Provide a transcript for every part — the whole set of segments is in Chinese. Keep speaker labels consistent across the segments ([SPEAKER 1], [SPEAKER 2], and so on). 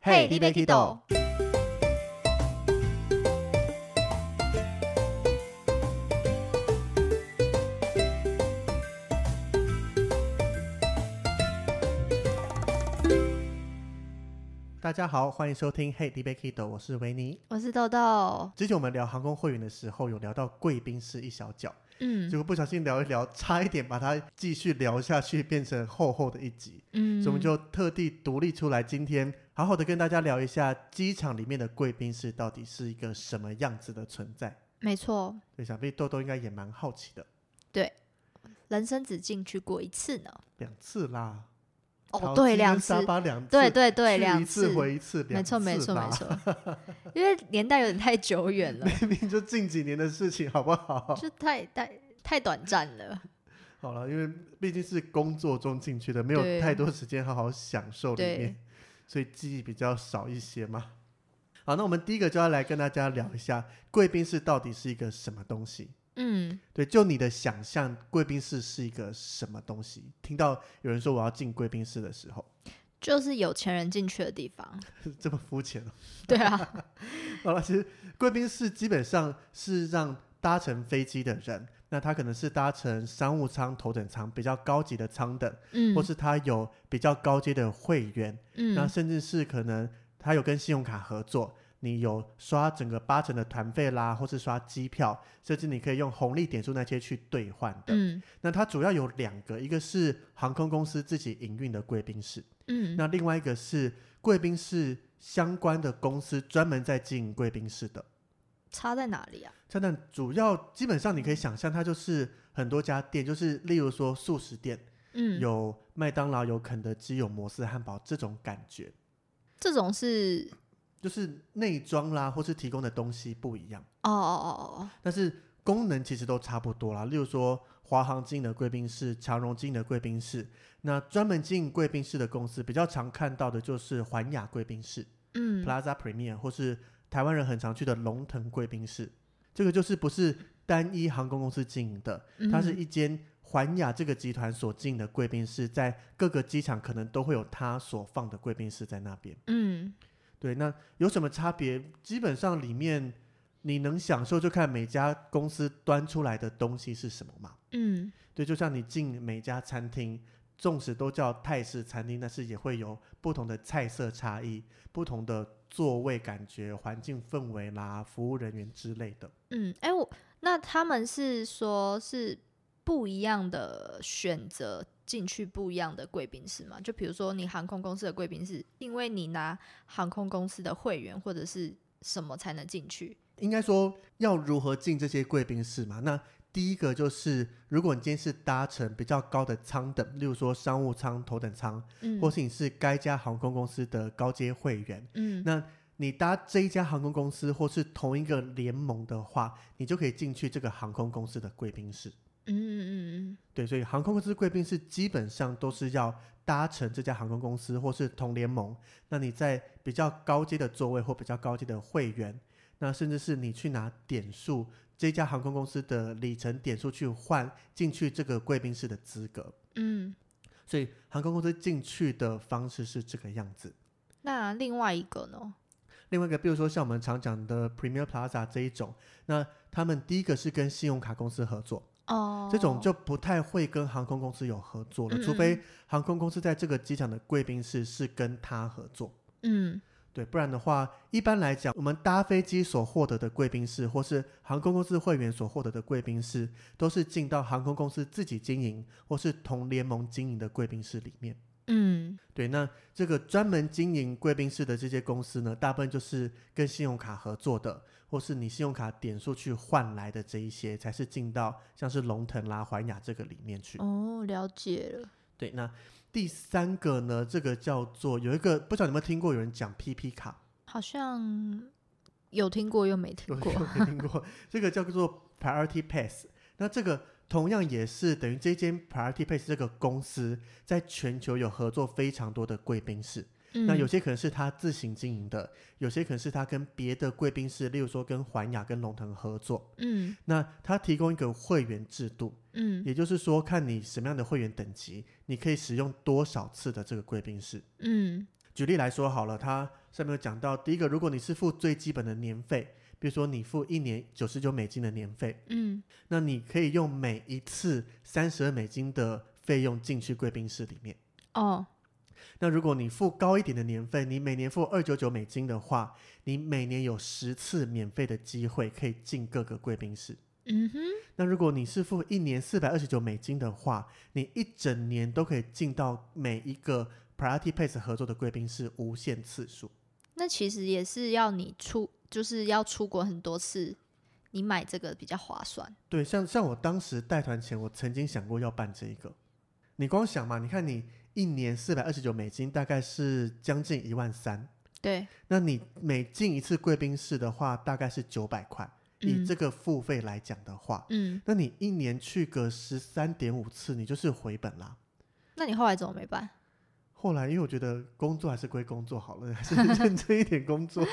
[SPEAKER 1] 嘿你要去倒？
[SPEAKER 2] 大家好，欢迎收听 Hey d b a k i d o 我是维尼。
[SPEAKER 1] 我是豆豆。
[SPEAKER 2] 之前我们聊航空会员的时候，有聊到贵宾室一小角，
[SPEAKER 1] 嗯
[SPEAKER 2] 结果不小心聊一聊，差一点把它继续聊下去，变成厚厚的一集，
[SPEAKER 1] 嗯
[SPEAKER 2] 所以我们就特地独立出来，今天好好的跟大家聊一下机场里面的贵宾室到底是一个什么样子的存在。
[SPEAKER 1] 没错，
[SPEAKER 2] 对，想必豆豆应该也蛮好奇的，
[SPEAKER 1] 人生只进去过一次呢。
[SPEAKER 2] 两次啦，
[SPEAKER 1] 哦，
[SPEAKER 2] 淘
[SPEAKER 1] 对，
[SPEAKER 2] 金
[SPEAKER 1] 两
[SPEAKER 2] 跟
[SPEAKER 1] 次
[SPEAKER 2] 沙，巴两次，
[SPEAKER 1] 对对对，
[SPEAKER 2] 去
[SPEAKER 1] 两
[SPEAKER 2] 一次回一次，
[SPEAKER 1] 没
[SPEAKER 2] 两
[SPEAKER 1] 错没
[SPEAKER 2] 次
[SPEAKER 1] 错
[SPEAKER 2] 吧
[SPEAKER 1] 没错，因为年代有点太久远了，
[SPEAKER 2] 明明就近几年的事情，好不好？
[SPEAKER 1] 就太太太短暂了。
[SPEAKER 2] 好了，因为毕竟是工作中进去的，没有
[SPEAKER 1] 对
[SPEAKER 2] 太多时间好好享受里
[SPEAKER 1] 对
[SPEAKER 2] 面，所以记忆比较少一些嘛。好，那我们第一个就要来跟大家聊一下贵宾室到底是一个什么东西。
[SPEAKER 1] 嗯，
[SPEAKER 2] 对，就你的想象，贵宾室是一个什么东西？听到有人说我要进贵宾室的时候，
[SPEAKER 1] 就是有钱人进去的地方。
[SPEAKER 2] 这么肤浅哦。
[SPEAKER 1] 对 啊，
[SPEAKER 2] 好了，其实贵宾室基本上是让搭乘飞机的人，那他可能是搭乘商务舱、头等舱比较高级的舱等，
[SPEAKER 1] 嗯
[SPEAKER 2] 或是他有比较高阶的会员，那
[SPEAKER 1] 嗯
[SPEAKER 2] 甚至是可能他有跟信用卡合作，你有刷整个八成的团费啦，或是刷机票，甚至你可以用红利点数那些去兑换的。
[SPEAKER 1] 嗯
[SPEAKER 2] 那它主要有两个，一个是航空公司自己营运的贵宾室，
[SPEAKER 1] 嗯
[SPEAKER 2] 那另外一个是贵宾室相关的公司专门在经营贵宾室的。
[SPEAKER 1] 差在哪里啊？
[SPEAKER 2] 真的主要基本上你可以想象，它就是很多家店，就是例如说素食店，
[SPEAKER 1] 嗯，
[SPEAKER 2] 有麦当劳、有肯德基、有摩斯汉堡这种感觉，
[SPEAKER 1] 这种是
[SPEAKER 2] 就是内装啦，或是提供的东西不一样，
[SPEAKER 1] 哦哦哦哦
[SPEAKER 2] 但是功能其实都差不多啦。例如说华航经营的贵宾室、长荣经营的贵宾室，那专门经营贵宾室的公司比较常看到的就是环亚贵宾室、
[SPEAKER 1] 哦，嗯
[SPEAKER 2] Plaza Premier，或是台湾人很常去的龙腾贵宾室。这个就是不是单一航空公司经营的，它是
[SPEAKER 1] 嗯
[SPEAKER 2] 一间环亚这个集团所经营的贵宾室，在各个机场可能都会有它所放的贵宾室在那边。
[SPEAKER 1] 嗯
[SPEAKER 2] 对，那有什么差别？基本上里面你能享受，就看每家公司端出来的东西是什么嘛。
[SPEAKER 1] 嗯
[SPEAKER 2] 对，就像你进每家餐厅，纵使都叫泰式餐厅，但是也会有不同的菜色差异、不同的座位感觉、环境氛围啦、服务人员之类的。
[SPEAKER 1] 嗯，哎、我那他们是说是不一样的选择进去不一样的贵宾室吗？就比如说你航空公司的贵宾室，因为你拿航空公司的会员或者是什么才能进去？
[SPEAKER 2] 应该说要如何进这些贵宾室嘛？那第一个就是，如果你今天是搭乘比较高的舱等，例如说商务舱、头等舱，
[SPEAKER 1] 嗯，
[SPEAKER 2] 或是你是该家航空公司的高阶会员，
[SPEAKER 1] 嗯
[SPEAKER 2] 那你搭这一家航空公司或是同一个联盟的话，你就可以进去这个航空公司的贵宾室。
[SPEAKER 1] 嗯嗯嗯
[SPEAKER 2] 对，所以航空公司贵宾室基本上都是要搭乘这家航空公司或是同联盟。那你在比较高阶的座位或比较高阶的会员，那甚至是你去拿点数，这家航空公司的里程点数去换进去这个贵宾室的资格。
[SPEAKER 1] 嗯嗯。
[SPEAKER 2] 所以航空公司进去的方式是这个样子。
[SPEAKER 1] 那另外一个呢？
[SPEAKER 2] 另外一个，比如说像我们常讲的 Premier Plaza 这一种，那他们第一个是跟信用卡公司合作，
[SPEAKER 1] 哦，
[SPEAKER 2] 这种就不太会跟航空公司有合作了，
[SPEAKER 1] 嗯
[SPEAKER 2] 除非航空公司在这个机场的贵宾室是跟他合作。
[SPEAKER 1] 嗯
[SPEAKER 2] 对，不然的话，一般来讲，我们搭飞机所获得的贵宾室，或是航空公司会员所获得的贵宾室，都是进到航空公司自己经营或是同联盟经营的贵宾室里面。
[SPEAKER 1] 嗯
[SPEAKER 2] 对，那这个专门经营贵宾室的这些公司呢，大部分就是跟信用卡合作的，或是你信用卡点数去换来的这一些，才是进到像是龙腾啦、环亚这个里面去。
[SPEAKER 1] 哦，了解了。
[SPEAKER 2] 对，那第三个呢，这个叫做有一个不知道你有没有听过有人讲 PP 卡，
[SPEAKER 1] 好像有听过又没
[SPEAKER 2] 有
[SPEAKER 1] 听
[SPEAKER 2] 有
[SPEAKER 1] 过。
[SPEAKER 2] 没有听过？这个叫做 Priority Pass，那这个同样也是等于这间 Priority Pass 这个公司在全球有合作非常多的贵宾室。那有
[SPEAKER 1] 嗯
[SPEAKER 2] 些可能是他自行经营的，有些可能是他跟别的贵宾室，例如说跟环亚、跟龙腾合作。
[SPEAKER 1] 嗯
[SPEAKER 2] 那他提供一个会员制度，
[SPEAKER 1] 嗯
[SPEAKER 2] 也就是说，看你什么样的会员等级，你可以使用多少次的这个贵宾室。
[SPEAKER 1] 嗯
[SPEAKER 2] 举例来说好了，它上面有讲到，第一个，如果你是付最基本的年费，比如说你付一年九十九美金的年费，
[SPEAKER 1] 嗯，
[SPEAKER 2] 那你可以用每一次三十二美金的费用进去贵宾室里面。
[SPEAKER 1] 哦，
[SPEAKER 2] 那如果你付高一点的年费，你每年付二九九美金的话，你每年有十次免费的机会可以进各个贵宾室。
[SPEAKER 1] 嗯哼，
[SPEAKER 2] 那如果你是付一年四百二十九美金的话，你一整年都可以进到每一个 Priority Pass 合作的贵宾室无限次数。
[SPEAKER 1] 那其实也是要你出，就是要出国很多次，你买这个比较划算。
[SPEAKER 2] 对，像像我当时带团前，我曾经想过要办这一个。你光想嘛，你看你一年四百二十九美金，大概是将近一万三。
[SPEAKER 1] 对，
[SPEAKER 2] 那你每进一次贵宾室的话，大概是九百块。以
[SPEAKER 1] 嗯
[SPEAKER 2] 这个付费来讲的话，
[SPEAKER 1] 嗯，
[SPEAKER 2] 那你一年去个十三点五次，你就是回本啦。
[SPEAKER 1] 那你后来怎么没办？
[SPEAKER 2] 后来因为我觉得工作还是归工作好了， 还是认真一点工作。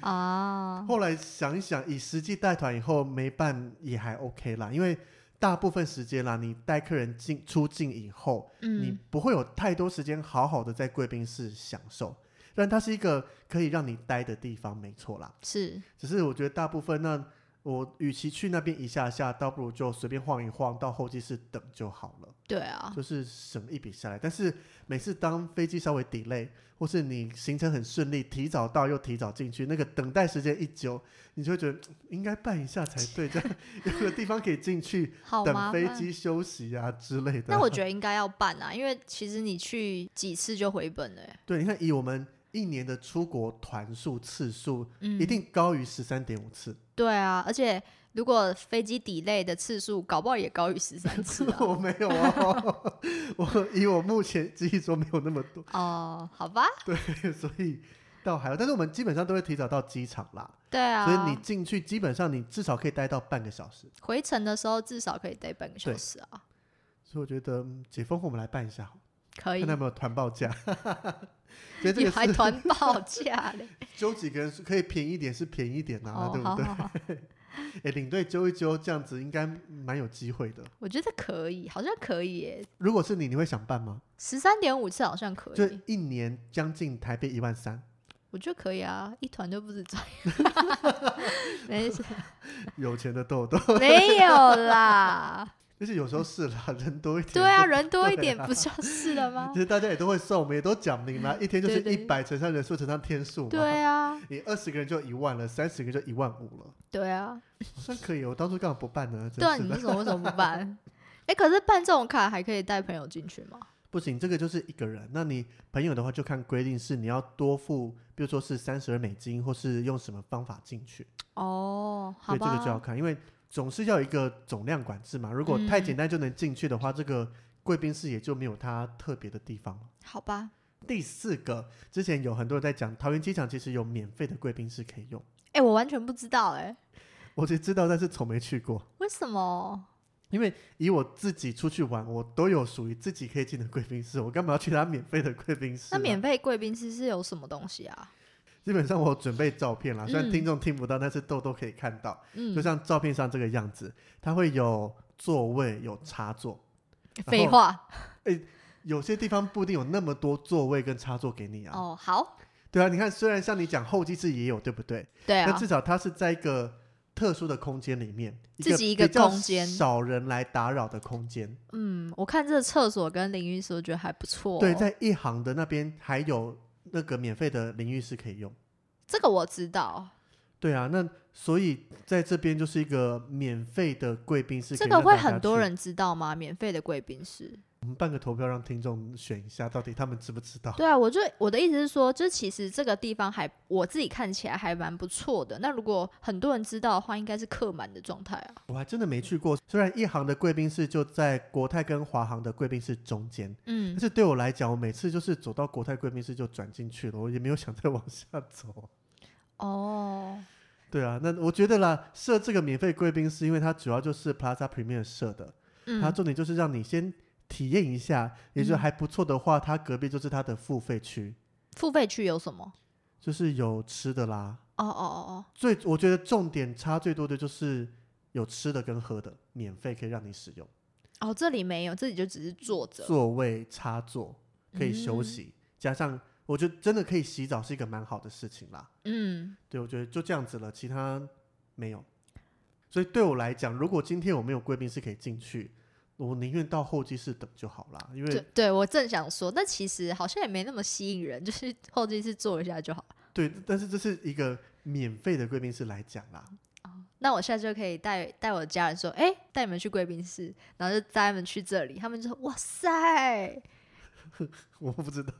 [SPEAKER 1] 啊，
[SPEAKER 2] 后来想一想，以实际带团以后没办也还 OK 啦，因为大部分时间啦，你带客人进出境以后，你
[SPEAKER 1] 嗯，
[SPEAKER 2] 不会有太多时间好好的在贵宾室享受。但它是一个可以让你待的地方，没错啦。
[SPEAKER 1] 是，
[SPEAKER 2] 只是我觉得大部分那我与其去那边一下下，倒不如就随便晃一晃，到候机室等就好了。
[SPEAKER 1] 对啊，
[SPEAKER 2] 就是省一笔下来。但是每次当飞机稍微 delay，或是你行程很顺利，提早到又提早进去，那个等待时间一久，你就会觉得嗯应该办一下才对，这样 有个地方可以进去
[SPEAKER 1] 好麻
[SPEAKER 2] 等飞
[SPEAKER 1] 烦。
[SPEAKER 2] 机休息啊之类的。
[SPEAKER 1] 那我觉得应该要办啊，因为其实你去几次就回本了欸、
[SPEAKER 2] 对，你看以我们一年的出国团数次数，
[SPEAKER 1] 嗯，
[SPEAKER 2] 一定高于十三点五次。
[SPEAKER 1] 对啊，而且如果飞机 delay 的次数，搞不好也高于十三次啊。
[SPEAKER 2] 我没有哦， 我以我目前记忆中没有那么多，
[SPEAKER 1] 哦，好吧，
[SPEAKER 2] 所以倒还好。但是我们基本上都会提早到机场啦。
[SPEAKER 1] 对啊，
[SPEAKER 2] 所以你进去基本上你至少可以待到半个小时。
[SPEAKER 1] 回程的时候至少可以待半个小时啊，
[SPEAKER 2] 所以我觉得嗯解封后我们来办一下好，
[SPEAKER 1] 可以
[SPEAKER 2] 看
[SPEAKER 1] 啊
[SPEAKER 2] 他。有没有团报价。 所以这
[SPEAKER 1] 你
[SPEAKER 2] 个
[SPEAKER 1] 还
[SPEAKER 2] 是
[SPEAKER 1] 团报价嘞？
[SPEAKER 2] 揪几个人是可以便宜一点是便宜一点啊，
[SPEAKER 1] 哦，
[SPEAKER 2] 对
[SPEAKER 1] 好
[SPEAKER 2] 不对？
[SPEAKER 1] 好好，
[SPEAKER 2] 哎，领队揪一揪，这样子应该蛮有机会的。
[SPEAKER 1] 我觉得可以，好像可以耶，
[SPEAKER 2] 如果是你，你会想办吗？
[SPEAKER 1] 十三点五次好像可
[SPEAKER 2] 就
[SPEAKER 1] 以，
[SPEAKER 2] 一年将近台币一万三，
[SPEAKER 1] 我觉得可以啊，一团就不 止这样，没事
[SPEAKER 2] 有钱的 豆豆，
[SPEAKER 1] 没有 啦，
[SPEAKER 2] 但是有时候是啦，人多一点。
[SPEAKER 1] 对啊，。人多一点不 就是了吗
[SPEAKER 2] 其？实大家也都会算，我们也都讲明 了，一天就是
[SPEAKER 1] 对
[SPEAKER 2] 一
[SPEAKER 1] 对
[SPEAKER 2] 百乘上人数乘上天数嘛。
[SPEAKER 1] 对啊，
[SPEAKER 2] 你二十个人就一万了，三十个人就一万五了。
[SPEAKER 1] 对啊，
[SPEAKER 2] 好像可以，我哦当初干嘛不办呢？
[SPEAKER 1] 对啊，
[SPEAKER 2] 真
[SPEAKER 1] 你
[SPEAKER 2] 是的，
[SPEAKER 1] 为什么为什么不办？哎，可是办这种卡还可以带朋友进去吗？
[SPEAKER 2] 不行，这个就是一个人。那你朋友的话，就看规定是你要多付，比如说是三十二美金，或是用什么方法进去。
[SPEAKER 1] 哦，好
[SPEAKER 2] 对，这
[SPEAKER 1] 吧，
[SPEAKER 2] 个就要看，因为总是要有一个总量管制嘛。如果太
[SPEAKER 1] 嗯
[SPEAKER 2] 简单就能进去的话，这个贵宾室也就没有它特别的地方了。
[SPEAKER 1] 好吧，
[SPEAKER 2] 第四个，之前有很多人在讲，桃园机场其实有免费的贵宾室可以用，
[SPEAKER 1] 哎，我完全不知道哎，
[SPEAKER 2] 我只知道，但是从没去过。
[SPEAKER 1] 为什么？
[SPEAKER 2] 因为以我自己出去玩，我都有属于自己可以进的贵宾室，我干嘛要去他免费的贵宾室呢？啊
[SPEAKER 1] 那免费贵宾室是有什么东西啊？
[SPEAKER 2] 基本上我有准备照片啦，虽然
[SPEAKER 1] 嗯
[SPEAKER 2] 听众听不到，但是豆豆可以看到，
[SPEAKER 1] 嗯
[SPEAKER 2] 就，像照片上这个样子，它会有座位、有插座，
[SPEAKER 1] 嗯 废
[SPEAKER 2] 然后
[SPEAKER 1] 话
[SPEAKER 2] 有些地方不一定有那么多座位跟插座给你啊。
[SPEAKER 1] 哦，好，
[SPEAKER 2] 对啊，你看，虽然像你讲候机室也有，对不对？
[SPEAKER 1] 对
[SPEAKER 2] 那
[SPEAKER 1] 啊
[SPEAKER 2] 至，少它是在一个特殊的空间里面，
[SPEAKER 1] 自己一
[SPEAKER 2] 个
[SPEAKER 1] 个
[SPEAKER 2] 比较
[SPEAKER 1] 空间
[SPEAKER 2] 少人来打扰的空间。
[SPEAKER 1] 嗯，我看这厕所跟淋浴室，我觉得还不错、哦
[SPEAKER 2] 对，在一行的那边还有那个免费的淋浴室可以用。
[SPEAKER 1] 这个我知道，
[SPEAKER 2] 对啊，那所以在这边就是一个免费的贵宾室，可
[SPEAKER 1] 这
[SPEAKER 2] 以
[SPEAKER 1] 个
[SPEAKER 2] 让
[SPEAKER 1] 会
[SPEAKER 2] 大家
[SPEAKER 1] 很多
[SPEAKER 2] 去。
[SPEAKER 1] 人知道吗？免费的贵宾室？
[SPEAKER 2] 我们办个投票让听众选一下，到底他们知不知道？
[SPEAKER 1] 对啊，我就我的意思是说，就其实这个地方还我自己看起来还蛮不错的。那如果很多人知道的话，应该是客满的状态啊。
[SPEAKER 2] 我还真的没去过，虽然一行的贵宾室就在国泰跟华航的贵宾室中间，但
[SPEAKER 1] 嗯，
[SPEAKER 2] 是对我来讲，我每次就是走到国泰贵宾室就转进去了，我也没有想再往下走。
[SPEAKER 1] 哦，
[SPEAKER 2] 对啊，那我觉得啦，设这个免费贵宾室，因为它主要就是 Plaza Premier 设的，它
[SPEAKER 1] 嗯，
[SPEAKER 2] 重点就是让你先体验一下，也就是还不错的话，它隔壁就是它的付费区，
[SPEAKER 1] 付费区有什么？
[SPEAKER 2] 就是有吃的啦。
[SPEAKER 1] 哦哦哦
[SPEAKER 2] 最我觉得重点差最多的就是有吃的跟喝的，免费可以让你使用，
[SPEAKER 1] 哦，哦，这里没有，这里就只是坐着。
[SPEAKER 2] 座位插座可以休息，加上我觉得真的可以洗澡是一个蛮好的事情啦。
[SPEAKER 1] 嗯，
[SPEAKER 2] 对，我觉得就这样子了，其他没有。所以对我来讲，如果今天我没有贵宾室可以进去，我宁愿到候机室等就好啦，因为
[SPEAKER 1] 对对，我正想说，但其实好像也没那么吸引人，就是 后继室坐一下就好了。
[SPEAKER 2] 对，但是这是一个免费的贵宾室来讲啦。
[SPEAKER 1] 哦，那我下次就可以带带我的家人说，哎、带你们去贵宾室，然后就带他们去这里，他们就说哇塞，
[SPEAKER 2] 我不知道，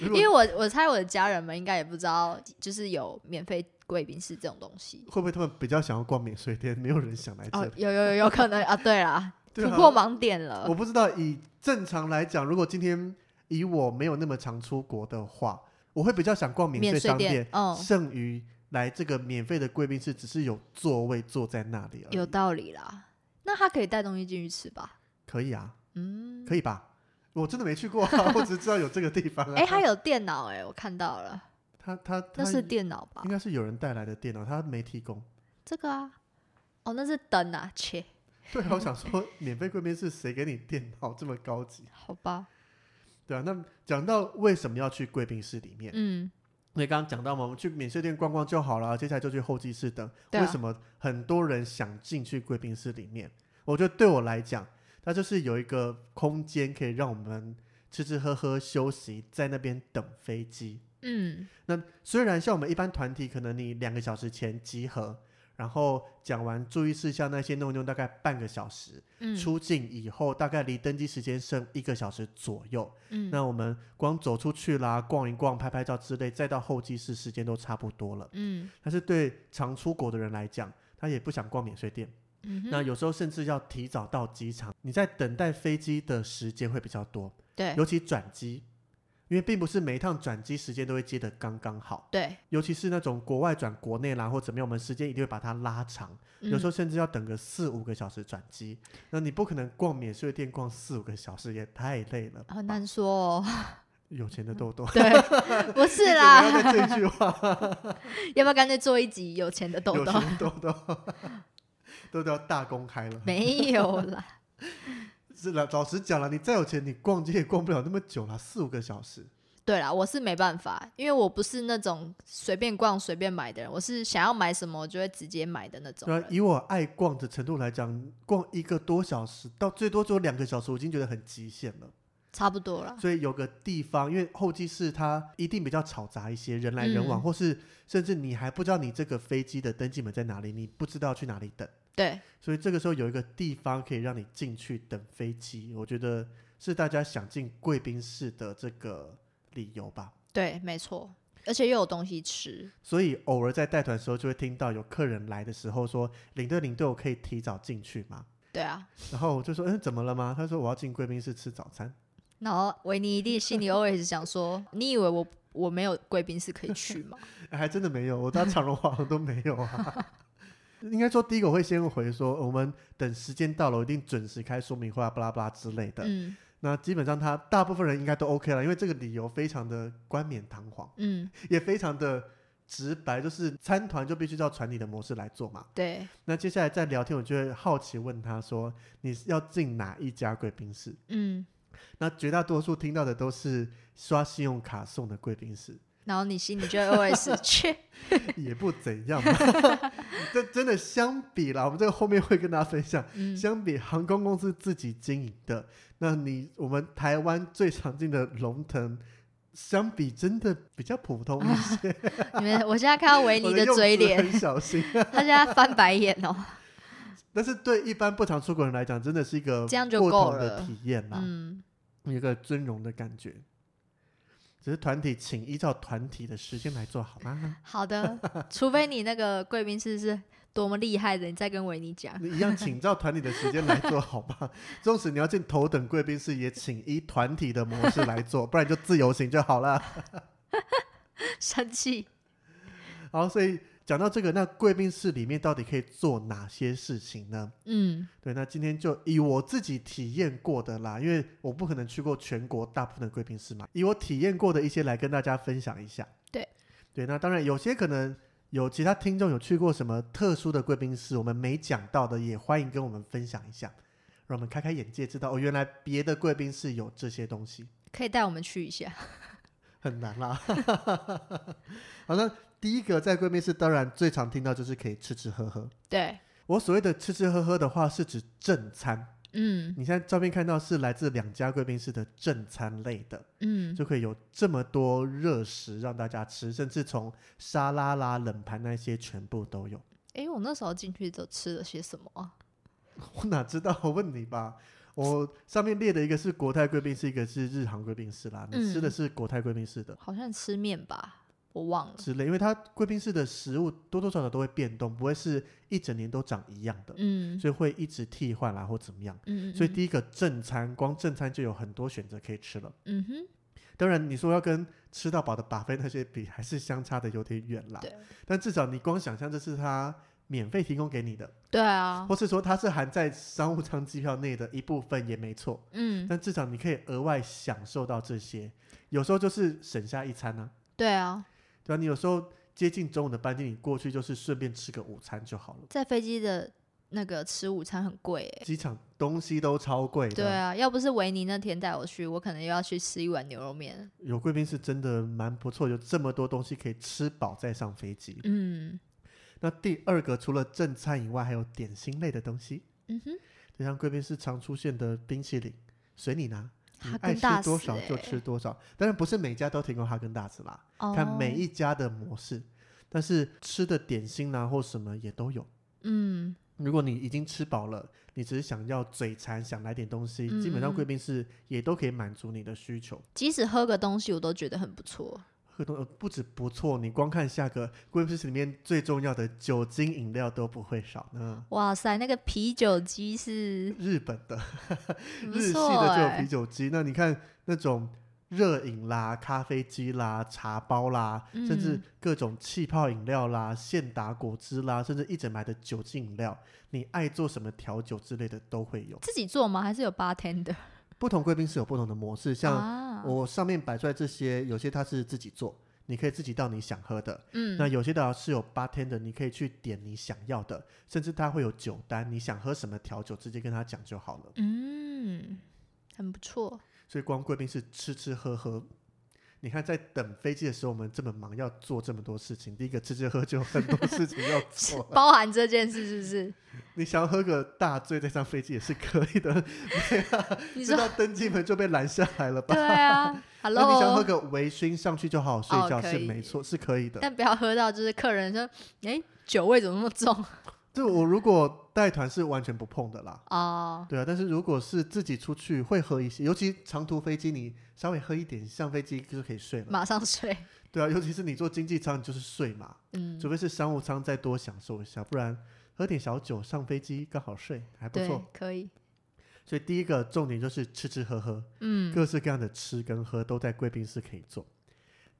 [SPEAKER 2] 如
[SPEAKER 1] 因
[SPEAKER 2] 果
[SPEAKER 1] 为我我猜我的家人们应该也不知道，就是有免费贵宾室这种东西。
[SPEAKER 2] 会不会他们比较想要逛免税店，没有人想来这
[SPEAKER 1] 哦
[SPEAKER 2] 里？，
[SPEAKER 1] 有有有有可能啊，对啦，
[SPEAKER 2] 对
[SPEAKER 1] 突
[SPEAKER 2] 啊
[SPEAKER 1] 破盲点
[SPEAKER 2] 我
[SPEAKER 1] 了。
[SPEAKER 2] 不知道，以正常来讲，如果今天以我没有那么常出国的话，我会比较想逛免
[SPEAKER 1] 免
[SPEAKER 2] 税
[SPEAKER 1] 税
[SPEAKER 2] 商
[SPEAKER 1] 店
[SPEAKER 2] 店，，
[SPEAKER 1] 嗯，
[SPEAKER 2] 剩余来这个免费的贵宾室，只是有座位坐在那里而已。
[SPEAKER 1] 有道理啦。那他可以带东西进去吃吧？
[SPEAKER 2] 可以啊，
[SPEAKER 1] 嗯，
[SPEAKER 2] 可以吧？我真的没去 过、啊，我只知道有这个地方啊。
[SPEAKER 1] 哎、他有电脑哎、我看到了，
[SPEAKER 2] 他他他
[SPEAKER 1] 那是电脑吧
[SPEAKER 2] 应？该是有人带来的电脑，他没提供。
[SPEAKER 1] 这个啊，哦，那是灯啊，切，
[SPEAKER 2] 对啊，我想说，免费贵宾室谁给你电脑这么高级？
[SPEAKER 1] 好吧，
[SPEAKER 2] 对啊，那讲到为什么要去贵宾室里面，
[SPEAKER 1] 嗯，
[SPEAKER 2] 那刚刚讲到嘛，我们去免税店逛逛就好了，接下来就去候机室等。
[SPEAKER 1] 对啊
[SPEAKER 2] 为什么很多人想进去贵宾室里面？我觉得对我来讲，它就是有一个空间可以让我们吃吃喝喝、休息，在那边等飞机。
[SPEAKER 1] 嗯，
[SPEAKER 2] 那虽然像我们一般团体，可能你两个小时前集合，然后讲完注意事项那些弄一弄，大概半个小时。
[SPEAKER 1] 嗯，
[SPEAKER 2] 出境以后，大概离登机时间剩一个小时左右。
[SPEAKER 1] 嗯，
[SPEAKER 2] 那我们光走出去啦，逛一逛、拍拍照之类，再到候机室，时间都差不多了。
[SPEAKER 1] 嗯，
[SPEAKER 2] 但是对常出国的人来讲，他也不想逛免税店，
[SPEAKER 1] 嗯哼，
[SPEAKER 2] 那有时候甚至要提早到机场，你在等待飞机的时间会比较多，
[SPEAKER 1] 对
[SPEAKER 2] 尤其转机，因为并不是每一趟转机时间都会接得刚刚好，
[SPEAKER 1] 对，
[SPEAKER 2] 尤其是那种国外转国内啦或怎么样，我们时间一定会把它拉长，有时候
[SPEAKER 1] 候
[SPEAKER 2] 甚至要等个四五个小时转机，那你不可能逛免税店逛四五个小时，也太累了吧，
[SPEAKER 1] 很难说 哦，嗯
[SPEAKER 2] 有钱的豆豆。
[SPEAKER 1] 对，不
[SPEAKER 2] 一
[SPEAKER 1] 是
[SPEAKER 2] 直
[SPEAKER 1] 啦，
[SPEAKER 2] 不要再这句 话，
[SPEAKER 1] 要不要干脆做一集有钱的豆
[SPEAKER 2] 有
[SPEAKER 1] 豆？
[SPEAKER 2] 钱豆豆， 豆豆大公开了。
[SPEAKER 1] 没有啦，
[SPEAKER 2] 是了，老实讲了，你再有钱，你逛街也逛不了那么久了，四五个小时。
[SPEAKER 1] 对啦，我是没办法，因为我不是那种随便逛随便买的人，我是想要买什么我就会直接买的那种
[SPEAKER 2] 对、啊，
[SPEAKER 1] 人。
[SPEAKER 2] 以我爱逛的程度来讲，逛一个多小时到最多只有两个小时，我已经觉得很极限了。
[SPEAKER 1] 差不多啦，
[SPEAKER 2] 所以有个地方，因为候机室它一定比较嘈杂一些，人来人往，
[SPEAKER 1] 嗯
[SPEAKER 2] 或是甚至你还不知道你这个飞机的登记门在哪里，你不知道去哪里等。
[SPEAKER 1] 对，
[SPEAKER 2] 所以这个时候有一个地方可以让你进去等飞机，我觉得是大家想进贵宾室的这个理由吧。
[SPEAKER 1] 对，没错，而且又有东西吃。
[SPEAKER 2] 所以偶尔在带团的时候，就会听到有客人来的时候说：“领队，领队，我可以提早进去吗
[SPEAKER 1] 对啊，？”
[SPEAKER 2] 然后我就说：“嗯，怎么了吗？”他说：“我要进贵宾室吃早餐。
[SPEAKER 1] 然后维尼一定心里 always 想说：“你以为我我没有贵宾室可以去吗
[SPEAKER 2] 哎还真的没有，我到长荣、华航都没有啊。应该说，第一个我会先回说，哦我们等时间到了，我一定准时开说明会啊，巴拉巴拉之类？”的。
[SPEAKER 1] 嗯
[SPEAKER 2] 那基本上他大部分人应该都 OK 了，因为这个理由非常的冠冕堂皇。
[SPEAKER 1] 嗯，
[SPEAKER 2] 也非常的直白，就是参团就必须照传你的模式来做嘛。
[SPEAKER 1] 对，
[SPEAKER 2] 那接下来在聊天，我就会好奇问他说：“你要进哪一家贵宾室
[SPEAKER 1] 嗯。？”
[SPEAKER 2] 那绝大多数听到的都是刷信用卡送的贵宾室，
[SPEAKER 1] 然后你心里就 always 去，
[SPEAKER 2] 也不怎样嘛。 这真的相比啦，我们这个后面会跟大家分享。
[SPEAKER 1] 嗯，
[SPEAKER 2] 相比航空公司自己经营的，那你我们台湾最常见的龙腾，相比真的比较普通一些。
[SPEAKER 1] 啊你们我现在看到维尼
[SPEAKER 2] 我的用
[SPEAKER 1] 嘴
[SPEAKER 2] 词
[SPEAKER 1] 脸，
[SPEAKER 2] 很小心。
[SPEAKER 1] 他现在翻白眼哦。
[SPEAKER 2] 但是对一般不常出国人来讲，真的是一个
[SPEAKER 1] 这样就
[SPEAKER 2] 不
[SPEAKER 1] 够
[SPEAKER 2] 同的
[SPEAKER 1] 了
[SPEAKER 2] 体验啦，
[SPEAKER 1] 嗯，
[SPEAKER 2] 有一个尊荣的感觉。只是团体，请依照团体的时间来做好 吗？
[SPEAKER 1] 好的，除非你那个贵宾室是多么厉害的，你再跟维尼讲。
[SPEAKER 2] 你一样，请照团体的时间来做好 吗？纵使你要进头等贵宾室，也请依团体的模式来 做，不然你就自由行就好了。
[SPEAKER 1] 生气，
[SPEAKER 2] 好，所以讲到这个，那贵宾室里面到底可以做哪些事情呢？
[SPEAKER 1] 嗯
[SPEAKER 2] 对，那今天就以我自己体验过的啦，因为我不可能去过全国大部分的贵宾室嘛，以我体验过的一些来跟大家分享一下。
[SPEAKER 1] 对，
[SPEAKER 2] 对，那当然有些可能有其他听众有去过什么特殊的贵宾室，我们没讲到的，也欢迎跟我们分享一下，让我们开开眼界，知道哦，原来别的贵宾室有这些东西。
[SPEAKER 1] 可以带我们去一下。
[SPEAKER 2] 很难啦。 好像第一个在贵宾室，当然最常听到就是可以吃吃喝喝。
[SPEAKER 1] 对，
[SPEAKER 2] 我所谓的吃吃喝喝的话，是指正餐。
[SPEAKER 1] 嗯
[SPEAKER 2] 你现在照片看到是来自两家贵宾室的正餐类的，
[SPEAKER 1] 嗯，
[SPEAKER 2] 就可以有这么多热食让大家吃，甚至从沙拉啦、冷盘那些全部都有。
[SPEAKER 1] 诶，我那时候进去都吃了些什么啊？
[SPEAKER 2] 我哪知道？我问你吧。我上面列的一个是国泰贵宾室，一个是日航贵宾室啦。你吃的
[SPEAKER 1] 嗯
[SPEAKER 2] 是国泰贵宾室的
[SPEAKER 1] 好像吃面吧，我忘了。
[SPEAKER 2] 之类，因为它贵宾室的食物多多少少都会变动，不会是一整年都长一样的，
[SPEAKER 1] 嗯
[SPEAKER 2] 所以会一直替换啦或怎么样。
[SPEAKER 1] 嗯，
[SPEAKER 2] 所以
[SPEAKER 1] 嗯
[SPEAKER 2] 第一个正餐，光正餐就有很多选择可以吃了。
[SPEAKER 1] 嗯哼，
[SPEAKER 2] 当然，你说要跟吃到饱的把费那些比，还是相差的有点远啦。
[SPEAKER 1] 对
[SPEAKER 2] 但至少你光想象这是它免费提供给你的，
[SPEAKER 1] 对啊，
[SPEAKER 2] 或是说它是含在商务舱机票内的一部分也没错。
[SPEAKER 1] 嗯
[SPEAKER 2] 但至少你可以额外享受到这些，有时候就是省下一餐呢、
[SPEAKER 1] 对啊，
[SPEAKER 2] 对吧、你有时候接近中午的班机，你过去就是顺便吃个午餐就好了。
[SPEAKER 1] 在飞机的那个吃午餐很贵诶。
[SPEAKER 2] 机场东西都超贵的，
[SPEAKER 1] 对啊，要不是维尼那天带我去，我可能又要去吃一碗牛肉面。
[SPEAKER 2] 有贵宾是真的蛮不错，有这么多东西可以吃饱再上飞机。
[SPEAKER 1] 嗯
[SPEAKER 2] 那第二个，除了正餐以外，还有点心类的东西，
[SPEAKER 1] 嗯哼，
[SPEAKER 2] 就像贵宾室常出现的冰淇淋，随你拿，你
[SPEAKER 1] 哈
[SPEAKER 2] 爱
[SPEAKER 1] 根
[SPEAKER 2] 吃
[SPEAKER 1] 达斯
[SPEAKER 2] 多少
[SPEAKER 1] 欸
[SPEAKER 2] 就吃多少。当然不是每家都提供哈根达斯啦，
[SPEAKER 1] 哦
[SPEAKER 2] 看每一家的模式。但是吃的点心啦、或什么也都有。
[SPEAKER 1] 嗯
[SPEAKER 2] 如果你已经吃饱了，你只是想要嘴馋，想来点东西，基本上
[SPEAKER 1] 嗯嗯
[SPEAKER 2] 贵宾室也都可以满足你的需求。
[SPEAKER 1] 即使喝个东西，我都觉得很不错。
[SPEAKER 2] 喝东呃不止不错，你光看下个贵宾室里面最重要的酒精饮料都不会少呢。
[SPEAKER 1] 哇塞，那个啤酒鸡是
[SPEAKER 2] 日本的
[SPEAKER 1] 不
[SPEAKER 2] 日系
[SPEAKER 1] 错
[SPEAKER 2] 的就有
[SPEAKER 1] 哎、
[SPEAKER 2] 啤酒机，那你看那种热饮啦、咖啡机啦、茶包啦，甚至
[SPEAKER 1] 嗯
[SPEAKER 2] 各种气泡饮料啦、现打果汁啦，甚至一整排的酒精饮料，你爱做什么调酒之类的都会有。
[SPEAKER 1] 自己做吗？还是有 bartender？
[SPEAKER 2] 不同贵宾室有不同的模式，像
[SPEAKER 1] 啊，
[SPEAKER 2] 我上面摆出来这些，有些它是自己做，你可以自己到你想喝的。
[SPEAKER 1] 嗯，
[SPEAKER 2] 那有些的是有 bartender，你可以去点你想要的，甚至它会有酒单，你想喝什么调酒，直接跟他讲就好了。
[SPEAKER 1] 嗯，很不错。
[SPEAKER 2] 所以光贵宾室吃吃喝喝。你看，在等飞机的时候，我们这么忙，要做这么多事情。第一个吃吃喝就有很多事情要做了，
[SPEAKER 1] 包含这件事是不是？
[SPEAKER 2] 你想要喝个大醉再上飞机也是可以的，
[SPEAKER 1] 你
[SPEAKER 2] 直
[SPEAKER 1] 说
[SPEAKER 2] 到登机门就被拦下来了吧
[SPEAKER 1] 对？啊
[SPEAKER 2] 那你想喝
[SPEAKER 1] ，Hello，
[SPEAKER 2] 个微醺上去就好好睡
[SPEAKER 1] 哦
[SPEAKER 2] 觉、
[SPEAKER 1] 可
[SPEAKER 2] 是
[SPEAKER 1] 以
[SPEAKER 2] 没错，是可以的。
[SPEAKER 1] 但不要喝到就是客人说，哎、酒味怎么那么重
[SPEAKER 2] 这我如果带团是完全不碰的啦，
[SPEAKER 1] 哦，
[SPEAKER 2] 对啊。但是如果是自己出去会喝一些，尤其长途飞机，你稍微喝一点，上飞机就可以睡了。
[SPEAKER 1] 马上睡。
[SPEAKER 2] 对啊，尤其是你坐经济舱，你就是睡嘛。
[SPEAKER 1] 嗯
[SPEAKER 2] 除，非是商务舱再多享受一下，不然喝点小酒上飞机刚好睡还不
[SPEAKER 1] 对
[SPEAKER 2] 错。，
[SPEAKER 1] 可以。
[SPEAKER 2] 所以第一个重点就是吃吃喝喝，
[SPEAKER 1] 嗯，
[SPEAKER 2] 各式各样的吃跟喝都在贵宾室可以做。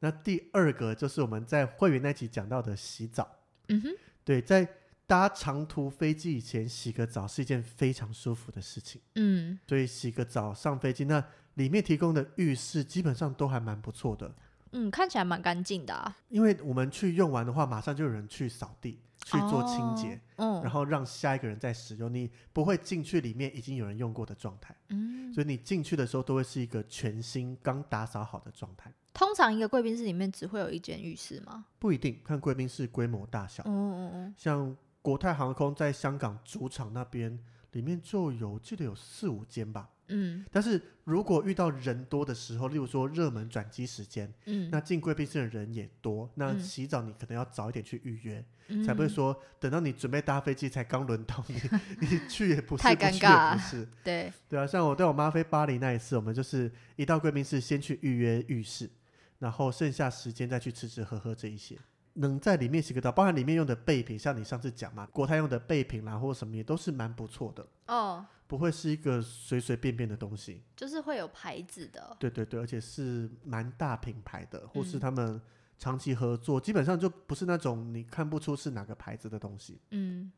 [SPEAKER 2] 那第二个就是我们在会员那集讲到的洗澡，
[SPEAKER 1] 嗯哼，
[SPEAKER 2] 对，在搭长途飞机以前洗个澡是一件非常舒服的事情，
[SPEAKER 1] 嗯，
[SPEAKER 2] 所以洗个澡上飞机，那里面提供的浴室基本上都还蛮不错的，
[SPEAKER 1] 嗯，看起来蛮干净的啊，
[SPEAKER 2] 因为我们去用完的话，马上就有人去扫地去做清洁，
[SPEAKER 1] 哦。
[SPEAKER 2] 然
[SPEAKER 1] 嗯
[SPEAKER 2] 后让下一个人再使用，你不会进去里面已经有人用过的状态，
[SPEAKER 1] 嗯，
[SPEAKER 2] 所以你进去的时候都会是一个全新、刚打扫好的状态。
[SPEAKER 1] 通常一个贵宾室里面只会有一间浴室吗？
[SPEAKER 2] 不一定看贵宾室规模大小，
[SPEAKER 1] 嗯嗯嗯，
[SPEAKER 2] 像国泰航空在香港主场那边，里面就有记得有四五间吧。
[SPEAKER 1] 嗯
[SPEAKER 2] 但是如果遇到人多的时候，例如说热门转机时间，
[SPEAKER 1] 嗯，
[SPEAKER 2] 那进贵宾室的人也多，那
[SPEAKER 1] 嗯
[SPEAKER 2] 洗澡你可能要早一点去预约，
[SPEAKER 1] 那
[SPEAKER 2] 才不会说等到你准备搭飞机才刚轮到你， 你去也不是，
[SPEAKER 1] 太
[SPEAKER 2] 不去
[SPEAKER 1] 尴
[SPEAKER 2] 也
[SPEAKER 1] 尬
[SPEAKER 2] 不是。
[SPEAKER 1] 对，
[SPEAKER 2] 对啊，像我带我妈飞巴黎那一次，我们就是一到贵宾室先去预约浴室，然后剩下时间再去吃吃喝喝这一些。能在里面洗个澡，包含里面用的备品，像你上次讲嘛，国泰用的备品啦，或什么也都是蛮不错的，
[SPEAKER 1] 哦，
[SPEAKER 2] 不会是一个随随便便的东西。
[SPEAKER 1] 就是会有牌子的，
[SPEAKER 2] 对对对，而且是蛮大品牌的，或是
[SPEAKER 1] 嗯
[SPEAKER 2] 他们长期合作，基本上就不是那种你看不出是哪个牌子的东西。
[SPEAKER 1] 嗯，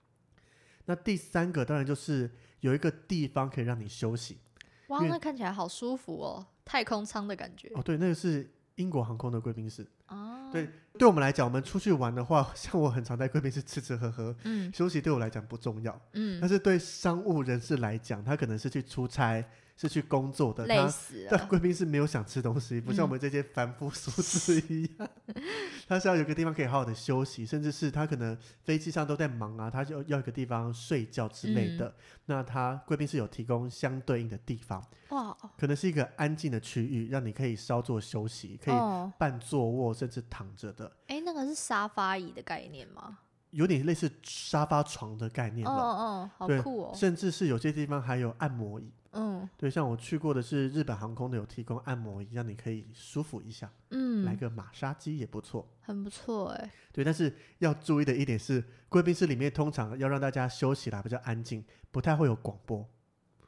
[SPEAKER 2] 那第三个当然就是有一个地方可以让你休息，
[SPEAKER 1] 哇，
[SPEAKER 2] 因为
[SPEAKER 1] 那看起来好舒服哦，太空舱的感觉
[SPEAKER 2] 哦，对，那个是英国航空的贵宾室。
[SPEAKER 1] 哦，
[SPEAKER 2] 对，对我们来讲，我们出去玩的话，像我很常在贵宾室吃吃喝喝，
[SPEAKER 1] 嗯
[SPEAKER 2] 休息对我来讲不重要。
[SPEAKER 1] 嗯
[SPEAKER 2] 但是对商务人士来讲，他可能是去出差，是去工作的，
[SPEAKER 1] 累
[SPEAKER 2] 他
[SPEAKER 1] 死
[SPEAKER 2] 但
[SPEAKER 1] 了。嗯
[SPEAKER 2] 贵宾是没有想吃东西，不像我们这些凡夫俗子一样， 他是要有个地方可以好好的休息，甚至是他可能飞机上都在忙啊，他就要有个地方睡觉之类
[SPEAKER 1] 嗯
[SPEAKER 2] 的。那他贵宾是有提供相对应的地方，
[SPEAKER 1] 哇，
[SPEAKER 2] 可能是一个安静的区域，让你可以稍作休息，可以
[SPEAKER 1] 哦，
[SPEAKER 2] 半坐卧甚至躺着的，
[SPEAKER 1] 哎、那个是沙发椅的概念吗？
[SPEAKER 2] 有点类似沙发床的概念
[SPEAKER 1] 哦
[SPEAKER 2] 了。
[SPEAKER 1] 哦，好
[SPEAKER 2] 对
[SPEAKER 1] 酷哦。
[SPEAKER 2] 甚至是有些地方还有按摩椅，
[SPEAKER 1] 嗯
[SPEAKER 2] 对，像我去过的是日本航空的有提供按摩椅，让你可以舒服一下，来
[SPEAKER 1] 嗯，
[SPEAKER 2] 个马杀鸡也不错。
[SPEAKER 1] 很不错哎、
[SPEAKER 2] 对，但是要注意的一点是，贵宾室里面通常要让大家休息啦，比较安静，不太会有广播。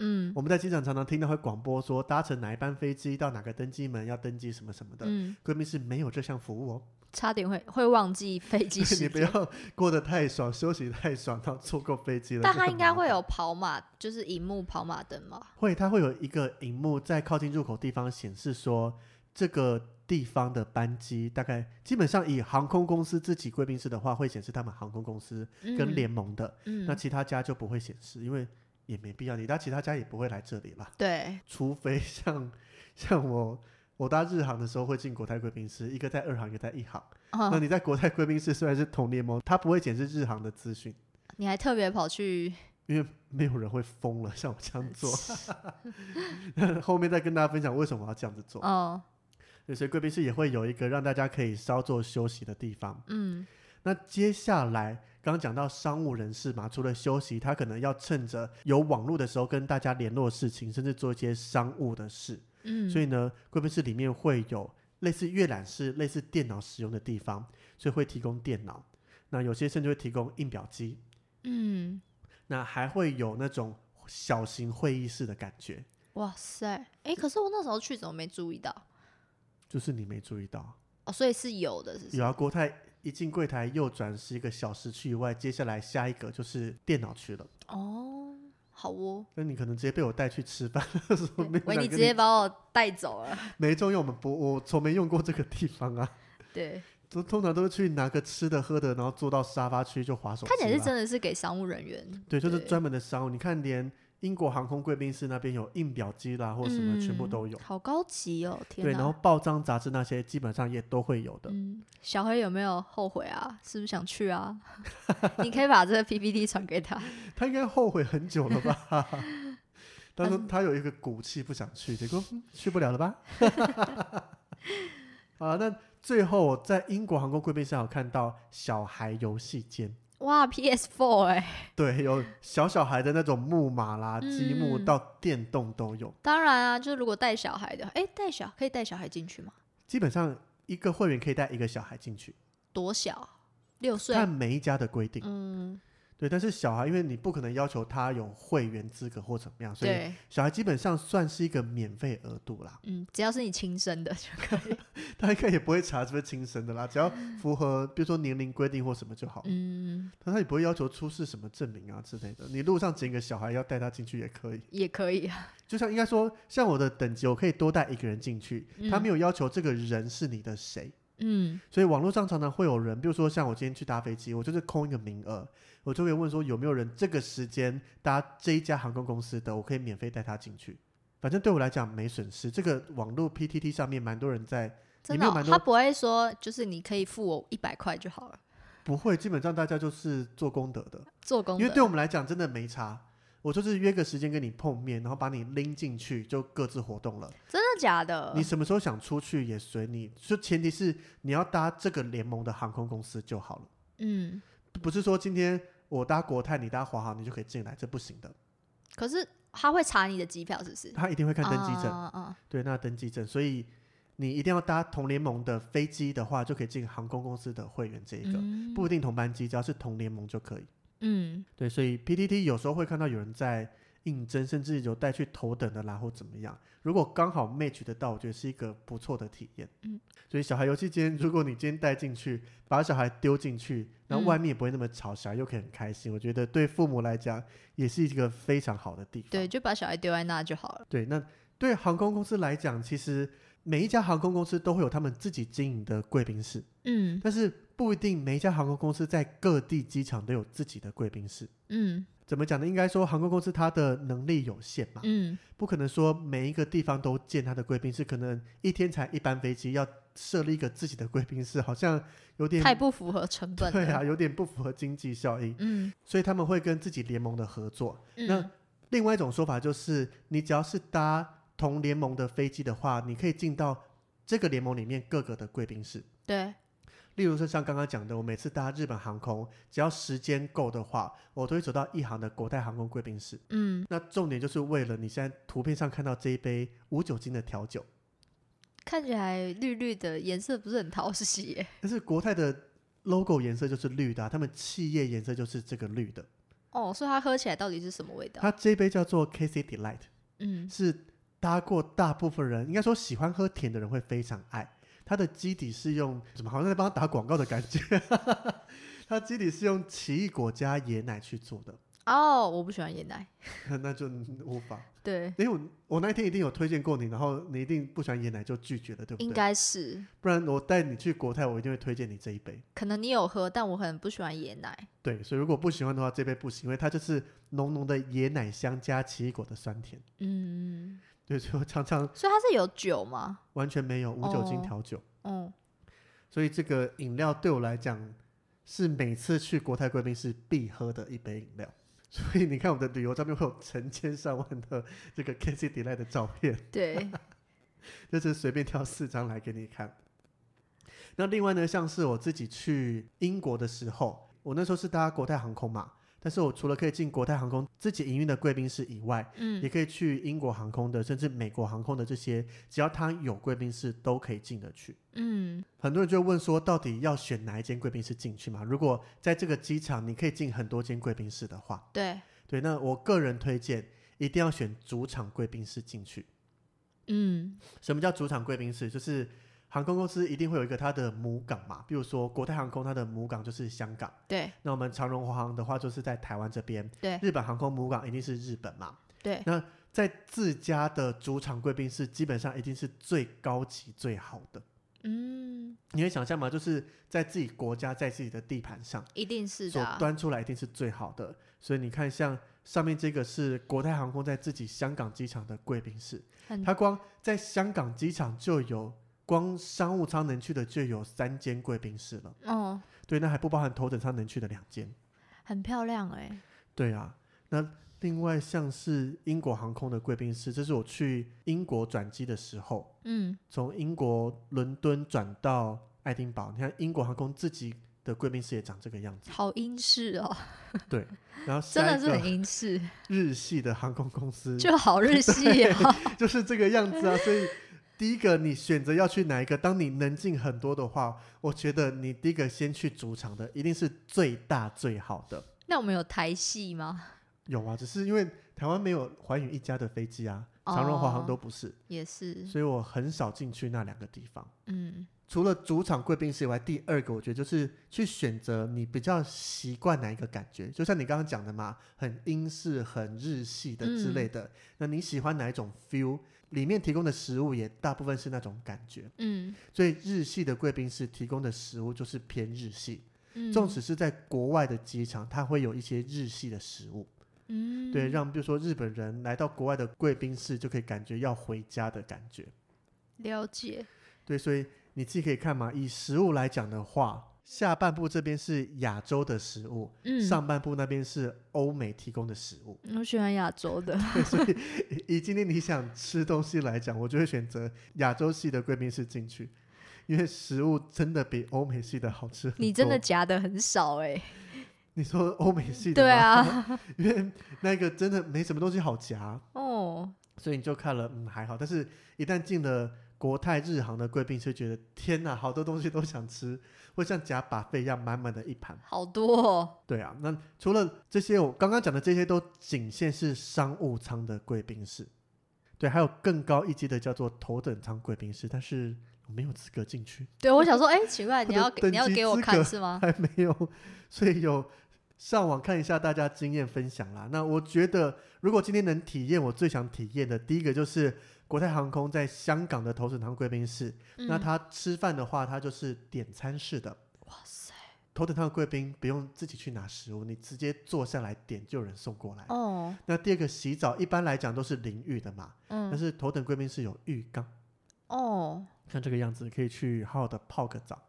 [SPEAKER 1] 嗯
[SPEAKER 2] 我们在机场常常听到会广播说搭乘哪一班飞机到哪个登机门要登机什么什么的。
[SPEAKER 1] 嗯，
[SPEAKER 2] 贵宾室没有这项服务哦，
[SPEAKER 1] 差点会会忘记飞机
[SPEAKER 2] 你
[SPEAKER 1] 时
[SPEAKER 2] 不
[SPEAKER 1] 间。
[SPEAKER 2] 要过得太爽，休息太爽，然后错过飞机了。
[SPEAKER 1] 但
[SPEAKER 2] 这
[SPEAKER 1] 它
[SPEAKER 2] 很
[SPEAKER 1] 应该
[SPEAKER 2] 麻
[SPEAKER 1] 会
[SPEAKER 2] 烦
[SPEAKER 1] 有跑马，就是荧幕跑马灯嘛。
[SPEAKER 2] 会，它会有一个荧幕在靠近入口地方显示说这个地方的班机大概基本上以航空公司自己贵宾室的话，会显示他们航空公司跟
[SPEAKER 1] 嗯
[SPEAKER 2] 联盟的，
[SPEAKER 1] 嗯，
[SPEAKER 2] 那其他家就不会显示，因为也没必要，你搭其他家也不会来这里啦，
[SPEAKER 1] 对，
[SPEAKER 2] 除非像像我。我搭日航的时候会进国泰贵宾室，一个在二航，一个在一航。那
[SPEAKER 1] 哦，
[SPEAKER 2] 你在国泰贵宾室虽然是同联盟，它不会显示日航的资讯，
[SPEAKER 1] 你还特别跑去，
[SPEAKER 2] 因为没有人会疯了，像我这样 做。那后面再跟大家分享为什么我要这样子做。
[SPEAKER 1] 哦，
[SPEAKER 2] 对所以贵宾室也会有一个让大家可以稍作休息的地方。
[SPEAKER 1] 嗯
[SPEAKER 2] 那接下来刚刚讲到商务人士嘛，除了休息，他可能要趁着有网络的时候跟大家联络事情，甚至做一些商务的事。
[SPEAKER 1] 嗯，
[SPEAKER 2] 所以呢，贵宾室里面会有类似阅览室、类似电脑使用的地方，所以会提供电脑。那有些甚至会提供印表机，
[SPEAKER 1] 嗯，
[SPEAKER 2] 那还会有那种小型会议室的感觉，
[SPEAKER 1] 哇塞，哎、可是我那时候去怎么没注意到？
[SPEAKER 2] 就是你没注意到。
[SPEAKER 1] 哦，所以是有的，是不是？
[SPEAKER 2] 有啊，国泰一进柜台右转是一个小时区以外，接下来下一个就是电脑区了。
[SPEAKER 1] 哦，好哦，
[SPEAKER 2] 那你可能直接被我带去吃饭，说没有
[SPEAKER 1] 维
[SPEAKER 2] 想
[SPEAKER 1] 尼直
[SPEAKER 2] 跟
[SPEAKER 1] 接把我带走了，
[SPEAKER 2] 没重用，我们不，我从没用过这个地方啊。
[SPEAKER 1] 对，
[SPEAKER 2] 都通常都是去拿个吃的喝的，然后坐到沙发区就划手机啦。
[SPEAKER 1] 看起来是真的是给商务人员，
[SPEAKER 2] 对，就是
[SPEAKER 1] 对
[SPEAKER 2] 专门的商务。你看，连英国航空贵宾室那边有印表机啦，或什么，全部
[SPEAKER 1] 嗯
[SPEAKER 2] 都有。
[SPEAKER 1] 好高级哦，天
[SPEAKER 2] 对，
[SPEAKER 1] 哪
[SPEAKER 2] 然后报章杂志那些基本上也都会有的。
[SPEAKER 1] 嗯，小黑有没有后悔啊？是不是想去 啊？你可以把这个 PPT 传给他。
[SPEAKER 2] 他应该后悔很久了 吧？他说他有一个骨气不想去，结果嗯去不了了 吧？啊，那最后我在英国航空贵宾室有看到小孩游戏间，
[SPEAKER 1] 哇，PS4 哎、
[SPEAKER 2] 对，有小小孩的那种木马啦、积木
[SPEAKER 1] 嗯
[SPEAKER 2] 到电动都有。
[SPEAKER 1] 当然啊，就是如果带小孩的，哎、带小可以带小孩进去吗？
[SPEAKER 2] 基本上一个会员可以带一个小孩进去，
[SPEAKER 1] 多小？六岁？
[SPEAKER 2] 看每一家的规定。
[SPEAKER 1] 嗯，
[SPEAKER 2] 对，但是小孩因为你不可能要求他有会员资格或怎么样，所以
[SPEAKER 1] 对，
[SPEAKER 2] 小孩基本上算是一个免费额度啦。
[SPEAKER 1] 嗯，只要是你亲生的就可以。
[SPEAKER 2] 他应该也不会查是不是亲生的啦，只要符合比如说年龄规定或什么就好。
[SPEAKER 1] 嗯，
[SPEAKER 2] 但他也不会要求出示什么证明啊之类的。你路上捡个小孩要带他进去也可以，
[SPEAKER 1] 也可以啊。
[SPEAKER 2] 就像应该说，像我的等级，我可以多带一个人进去，他
[SPEAKER 1] 嗯
[SPEAKER 2] 没有要求这个人是你的谁。
[SPEAKER 1] 嗯
[SPEAKER 2] 所以网络上常常会有人，比如说像我今天去搭飞机，我就是空一个名额，我就会问说有没有人这个时间搭这一家航空公司的，我可以免费带他进去。反正对我来讲没损失。这个网络 PTT 上面蛮多人在
[SPEAKER 1] 真
[SPEAKER 2] 里
[SPEAKER 1] 的
[SPEAKER 2] 面
[SPEAKER 1] 哦、
[SPEAKER 2] 有蛮多
[SPEAKER 1] 他不会说就是你可以付我一百块就好了，
[SPEAKER 2] 不会，基本上大家就是做功德的，
[SPEAKER 1] 做工
[SPEAKER 2] 因
[SPEAKER 1] 的。
[SPEAKER 2] 为对我们来讲真的没差。我就是约个时间跟你碰面，然后把你拎进去，就各自活动了。
[SPEAKER 1] 真的假的？
[SPEAKER 2] 你什么时候想出去也随你，就前提是你要搭这个联盟的航空公司就好了，
[SPEAKER 1] 嗯，
[SPEAKER 2] 不是说今天我搭国泰，你搭华航，你就可以进来，这不行的。
[SPEAKER 1] 可是他会查你的机票是不是？
[SPEAKER 2] 他一定会看登机证，
[SPEAKER 1] 啊啊啊
[SPEAKER 2] 对，那登机证，所以你一定要搭同联盟的飞机的话，就可以进航空公司的会员这一个，
[SPEAKER 1] 嗯
[SPEAKER 2] 不一定同班机，只要是同联盟就可以。
[SPEAKER 1] 嗯
[SPEAKER 2] 对，所以 PTT 有时候会看到有人在应征，甚至有带去头等的啦，或怎么样。如果刚好 match 得到，我觉得是一个不错的体验。
[SPEAKER 1] 嗯，
[SPEAKER 2] 所以小孩游戏间，如果你今天带进去，把小孩丢进去，然后外面也不会那么吵，小孩又可以很开心。我觉得对父母来讲，也是一个非常好的地方。
[SPEAKER 1] 对，就把小孩丢在那就好了。
[SPEAKER 2] 对，那对航空公司来讲，其实每一家航空公司都会有他们自己经营的贵宾室，
[SPEAKER 1] 嗯
[SPEAKER 2] 但是不一定每一家航空公司在各地机场都有自己的贵宾室。
[SPEAKER 1] 嗯
[SPEAKER 2] 怎么讲呢？应该说航空公司它的能力有限嘛，
[SPEAKER 1] 嗯
[SPEAKER 2] 不可能说每一个地方都建它的贵宾室，可能一天才一班飞机，要设立一个自己的贵宾室，好像有点
[SPEAKER 1] 太不符合成本
[SPEAKER 2] 对
[SPEAKER 1] 了。
[SPEAKER 2] 啊，有点不符合经济效益，
[SPEAKER 1] 嗯
[SPEAKER 2] 所以他们会跟自己联盟的合作。那
[SPEAKER 1] 嗯
[SPEAKER 2] 另外一种说法就是，你只要是搭同联盟的飞机的话，你可以进到这个联盟里面各个的贵宾室。
[SPEAKER 1] 对，
[SPEAKER 2] 例如说，像刚刚讲的，我每次搭日本航空，只要时间够的话，我都会走到一航的国泰航空贵宾室。
[SPEAKER 1] 嗯，
[SPEAKER 2] 那重点就是为了你现在图片上看到这一杯无酒精的调酒，
[SPEAKER 1] 看起来绿绿的颜色不是很讨喜耶。
[SPEAKER 2] 但是国泰的 logo 颜色就是绿的啊、他们企业颜色就是这个绿的。
[SPEAKER 1] 哦，所以它喝起来到底是什么味道？
[SPEAKER 2] 它这一杯叫做 KC Delight。
[SPEAKER 1] 嗯
[SPEAKER 2] 是搭过大部分人，应该说喜欢喝甜的人会非常爱。它的基底是用怎么好像在帮他打广告的感觉， 它基底是用奇异果加椰奶去做的，
[SPEAKER 1] 哦，我不喜欢椰奶。
[SPEAKER 2] 那就无法。
[SPEAKER 1] 对，
[SPEAKER 2] 因为我我那一天一定有推荐过你，然后你一定不喜欢椰奶就拒绝了，对不
[SPEAKER 1] 应
[SPEAKER 2] 对？
[SPEAKER 1] 该是，
[SPEAKER 2] 不然我带你去国泰，我一定会推荐你这一杯。
[SPEAKER 1] 可能你有喝，但我很不喜欢椰奶。
[SPEAKER 2] 对，所以如果不喜欢的话，这杯不行，因为它就是浓浓的椰奶香加奇异果的酸甜。
[SPEAKER 1] 嗯，
[SPEAKER 2] 对，所以我常常
[SPEAKER 1] 所以它是有酒吗？
[SPEAKER 2] 完全没有无酒精
[SPEAKER 1] 哦
[SPEAKER 2] 调酒。
[SPEAKER 1] 哦，
[SPEAKER 2] 所以这个饮料对我来讲是每次去国泰贵宾室必喝的一杯饮料。所以你看我的旅游照片会有成千上万的这个 k c Delight 的照片，
[SPEAKER 1] 对，
[SPEAKER 2] 就是随便挑四张来给你看。那另外呢，像是我自己去英国的时候，我那时候是搭国泰航空嘛，但是我除了可以进国泰航空自己营运的贵宾室以外，也
[SPEAKER 1] 嗯
[SPEAKER 2] 可以去英国航空的，甚至美国航空的这些，只要它有贵宾室都可以进得去。
[SPEAKER 1] 嗯
[SPEAKER 2] 很多人就会问说，到底要选哪一间贵宾室进去嘛？如果在这个机场你可以进很多间贵宾室的话，
[SPEAKER 1] 对，
[SPEAKER 2] 对，那我个人推荐一定要选主场贵宾室进去。
[SPEAKER 1] 嗯
[SPEAKER 2] 什么叫主场贵宾室？就是航空公司一定会有一个它的母港嘛，比如说国泰航空它的母港就是香港，
[SPEAKER 1] 对
[SPEAKER 2] 那我们长荣华航的话就是在台湾这边，
[SPEAKER 1] 对
[SPEAKER 2] 日本航空母港一定是日本嘛，
[SPEAKER 1] 对，
[SPEAKER 2] 在自家的主场贵宾室基本上一定是最高级最好的。
[SPEAKER 1] 嗯，
[SPEAKER 2] 你会想象吗？就是在自己国家，在自己的地盘上。
[SPEAKER 1] 一定是
[SPEAKER 2] 所
[SPEAKER 1] 的啊。
[SPEAKER 2] 端出来一定是最好的。所以你看，像上面这个是国泰航空在自己香港机场的贵宾室
[SPEAKER 1] 很，
[SPEAKER 2] 它光在香港机场就有，光商务舱能去的就有三间贵宾室了。
[SPEAKER 1] 哦，
[SPEAKER 2] 对，那还不包含头等舱能去的两间。
[SPEAKER 1] 很漂亮哎。
[SPEAKER 2] 对啊，那另外像是英国航空的贵宾室，这是我去英国转机的时候，
[SPEAKER 1] 嗯
[SPEAKER 2] 从英国伦敦转到爱丁堡，你看英国航空自己的贵宾室也长这个样子。
[SPEAKER 1] 好英式哦，
[SPEAKER 2] 然后
[SPEAKER 1] 真
[SPEAKER 2] 下
[SPEAKER 1] 的
[SPEAKER 2] 一
[SPEAKER 1] 是
[SPEAKER 2] 个
[SPEAKER 1] 很英式，
[SPEAKER 2] 日系的航空公司
[SPEAKER 1] 就好日系哦。
[SPEAKER 2] 就是这个样子啊。所以第一个，你选择要去哪一个？当你能进很多的话，我觉得你第一个先去主场的，一定是最大最好的。
[SPEAKER 1] 那我们有台戏吗？
[SPEAKER 2] 有啊，只是因为台湾没有寰宇一家的飞机啊，长荣、华航都不是，
[SPEAKER 1] 也是，
[SPEAKER 2] 所以我很少进去那两个地方。
[SPEAKER 1] 嗯
[SPEAKER 2] 除了主场贵宾室以外，第二个我觉得就是去选择你比较习惯哪一个感觉，就像你刚刚讲的嘛，很英式、很日系的之类的。
[SPEAKER 1] 嗯
[SPEAKER 2] 那你喜欢哪一种 feel？里面提供的食物也大部分是那种感觉，
[SPEAKER 1] 嗯
[SPEAKER 2] 所以日系的贵宾室提供的食物就是偏日系，
[SPEAKER 1] 嗯，
[SPEAKER 2] 纵使是在国外的机场，它会有一些日系的食物，
[SPEAKER 1] 嗯
[SPEAKER 2] 对，让比如说日本人来到国外的贵宾室就可以感觉要回家的感觉。
[SPEAKER 1] 了解。
[SPEAKER 2] 对，所以你自己可以看嘛。以食物来讲的话，下半部这边是亚洲的食物，
[SPEAKER 1] 嗯，
[SPEAKER 2] 上半部那边是欧美提供的食物。
[SPEAKER 1] 我喜欢亚洲的。
[SPEAKER 2] 对，所以以今天你想吃东西来讲，我就会选择亚洲系的贵宾室进去，因为食物真的比欧美系的好吃很多。
[SPEAKER 1] 你真的夹的很少哎、
[SPEAKER 2] 你说欧美系的
[SPEAKER 1] 对
[SPEAKER 2] 吗，
[SPEAKER 1] 啊，
[SPEAKER 2] 因为那个真的没什么东西好夹，
[SPEAKER 1] 哦，
[SPEAKER 2] 所以你就看了嗯还好，但是一旦进了国泰日航的贵宾室，觉得天哪，好多东西都想吃，会像夹把费一样满满的一盘。
[SPEAKER 1] 好多、哦，
[SPEAKER 2] 对啊，那除了这些，我刚刚讲的这些都仅限是商务舱的贵宾室，对，还有更高一级的叫做头等舱贵宾室，但是我没有资格进去，
[SPEAKER 1] 对我想说，哎、奇怪，
[SPEAKER 2] 他的
[SPEAKER 1] 你要给
[SPEAKER 2] 等
[SPEAKER 1] 你要
[SPEAKER 2] 级
[SPEAKER 1] 给我
[SPEAKER 2] 资
[SPEAKER 1] 看
[SPEAKER 2] 格
[SPEAKER 1] 是吗？
[SPEAKER 2] 还没有，所以有上网看一下大家经验分享啦。那我觉得，如果今天能体验我最想体验的，第一个就是国泰航空在香港的头等舱贵宾室，
[SPEAKER 1] 嗯
[SPEAKER 2] 那它吃饭的话，它就是点餐式的。
[SPEAKER 1] 哇塞，
[SPEAKER 2] 头等舱的贵宾不用自己去拿食物，你直接坐下来点就有人送过来。
[SPEAKER 1] 哦，
[SPEAKER 2] 那第二个洗澡一般来讲都是淋浴的嘛，但
[SPEAKER 1] 嗯，
[SPEAKER 2] 是头等贵宾室有浴缸，
[SPEAKER 1] 哦，
[SPEAKER 2] 像这个样子可以去好好的泡个澡，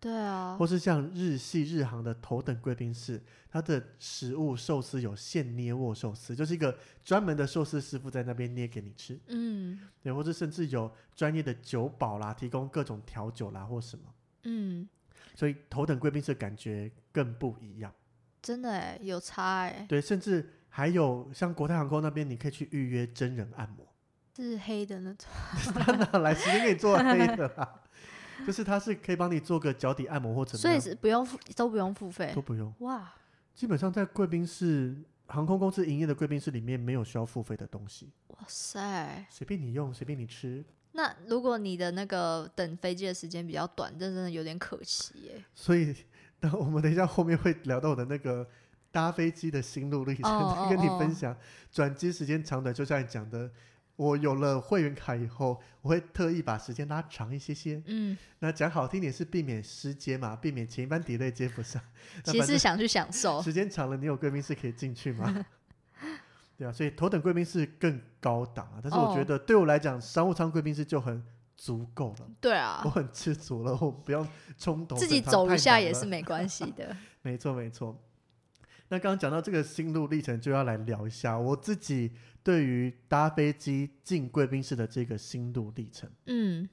[SPEAKER 1] 对啊，
[SPEAKER 2] 或是像日系日航的头等贵宾室，它的食物寿司有现捏握寿司，就是一个专门的寿司师傅在那边捏给你吃，
[SPEAKER 1] 嗯
[SPEAKER 2] 对，或者甚至有专业的酒保啦，提供各种调酒啦或什么，
[SPEAKER 1] 嗯，
[SPEAKER 2] 所以头等贵宾室感觉更不一样。
[SPEAKER 1] 真的哎，有差哎，
[SPEAKER 2] 对，甚至还有像国泰航空那边，你可以去预约真人按 摩，
[SPEAKER 1] 是黑的那种，
[SPEAKER 2] 他哪来时间给你做黑的啦？ 就是他是可以帮你做个脚底按摩或怎么
[SPEAKER 1] 所以
[SPEAKER 2] 样，
[SPEAKER 1] 是不用付都不用付费
[SPEAKER 2] 都，不用。
[SPEAKER 1] 哇，
[SPEAKER 2] 基本上在贵宾室，航空公司营业的贵宾室里面没有需要付费的东西，
[SPEAKER 1] 哇塞，
[SPEAKER 2] 随便你用，随便你吃。
[SPEAKER 1] 那如果你的那个等飞机的时间比较短，这真的有点可惜耶。
[SPEAKER 2] 所以，当我们等一下后面会聊到我的那个搭飞机的心路历程，
[SPEAKER 1] 哦哦
[SPEAKER 2] 跟你
[SPEAKER 1] 哦
[SPEAKER 2] 分享转机时间长短。就像你讲的，我有了会员卡以后，我会特意把时间拉长一些些。
[SPEAKER 1] 嗯，
[SPEAKER 2] 那讲好听点是避免失接嘛，避免前一班 delay 接不上。 那
[SPEAKER 1] 其
[SPEAKER 2] 反
[SPEAKER 1] 实是想 去享受
[SPEAKER 2] 正，时间长了，你有贵宾室可以进去 吗？对啊，所以头等贵宾室更高档啊。但是我觉
[SPEAKER 1] 哦
[SPEAKER 2] 得对我来讲，商务舱贵宾室就很足够了，
[SPEAKER 1] 对啊
[SPEAKER 2] 我，很知足了，我不用冲动。
[SPEAKER 1] 自己走一下也是没关 系的。
[SPEAKER 2] 没错，没错。那刚刚讲到这个心路历程，就要来聊一下我自己对于搭飞机进贵宾室的这个心路历程。
[SPEAKER 1] 嗯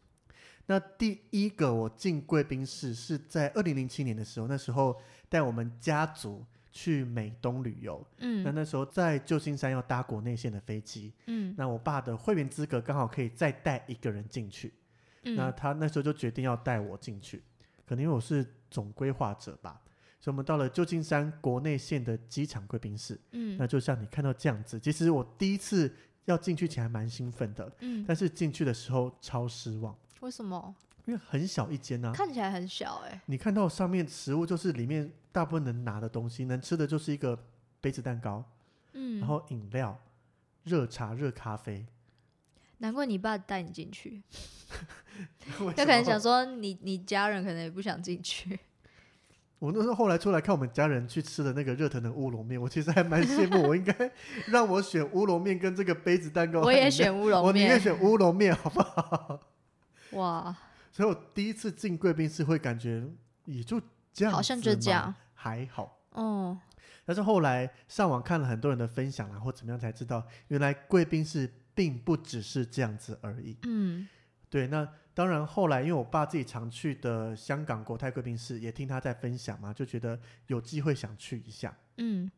[SPEAKER 2] 那第一个我进贵宾室是在二零零七年的时候，那时候带我们家族去美东旅游。那
[SPEAKER 1] 嗯
[SPEAKER 2] 那时候在旧金山要搭国内线的飞机，
[SPEAKER 1] 嗯
[SPEAKER 2] 那我爸的会员资格刚好可以再带一个人进去。那
[SPEAKER 1] 嗯，
[SPEAKER 2] 他那时候就决定要带我进去，可能因为我是总规划者吧。所以我们到了旧金山国内线的机场贵宾室，那
[SPEAKER 1] 嗯
[SPEAKER 2] 就像你看到这样子。其实我第一次要进去前还蛮兴奋的，
[SPEAKER 1] 嗯，
[SPEAKER 2] 但是进去的时候超失望，
[SPEAKER 1] 为什么
[SPEAKER 2] 因为很小一间啊。
[SPEAKER 1] 看起来很小？哎，
[SPEAKER 2] 你看到上面食物就是里面大部分能拿的东西，能吃的就是一个杯子蛋糕，
[SPEAKER 1] 嗯，
[SPEAKER 2] 然后饮料、热茶、热咖 啡。
[SPEAKER 1] 难怪你爸带你 进去，
[SPEAKER 2] 为什
[SPEAKER 1] 他可能
[SPEAKER 2] 么
[SPEAKER 1] 想说你你家人可能也不想 进去。
[SPEAKER 2] 我那时候后来出来看我们家人去吃的那个热腾腾乌龙面，我其实还蛮羡 慕，我应该让我选乌龙面跟这个杯子蛋糕。
[SPEAKER 1] 我也，选乌
[SPEAKER 2] 我
[SPEAKER 1] 龙
[SPEAKER 2] 宁愿
[SPEAKER 1] 面，
[SPEAKER 2] 选乌龙面，好 不好？
[SPEAKER 1] 哇，
[SPEAKER 2] 所以我第一次进贵宾室会感觉也就这样，
[SPEAKER 1] 好像就这样，，
[SPEAKER 2] 还好。
[SPEAKER 1] 哦，
[SPEAKER 2] 但是后来上网看了很多人的分享啊，或怎么样才知道，原来贵宾室并不只是这样子而已。
[SPEAKER 1] 嗯
[SPEAKER 2] 对，那当然后来因为我爸自己常去的香港国泰贵宾室，也听他在分享嘛，就觉得有机会想去一下。
[SPEAKER 1] 嗯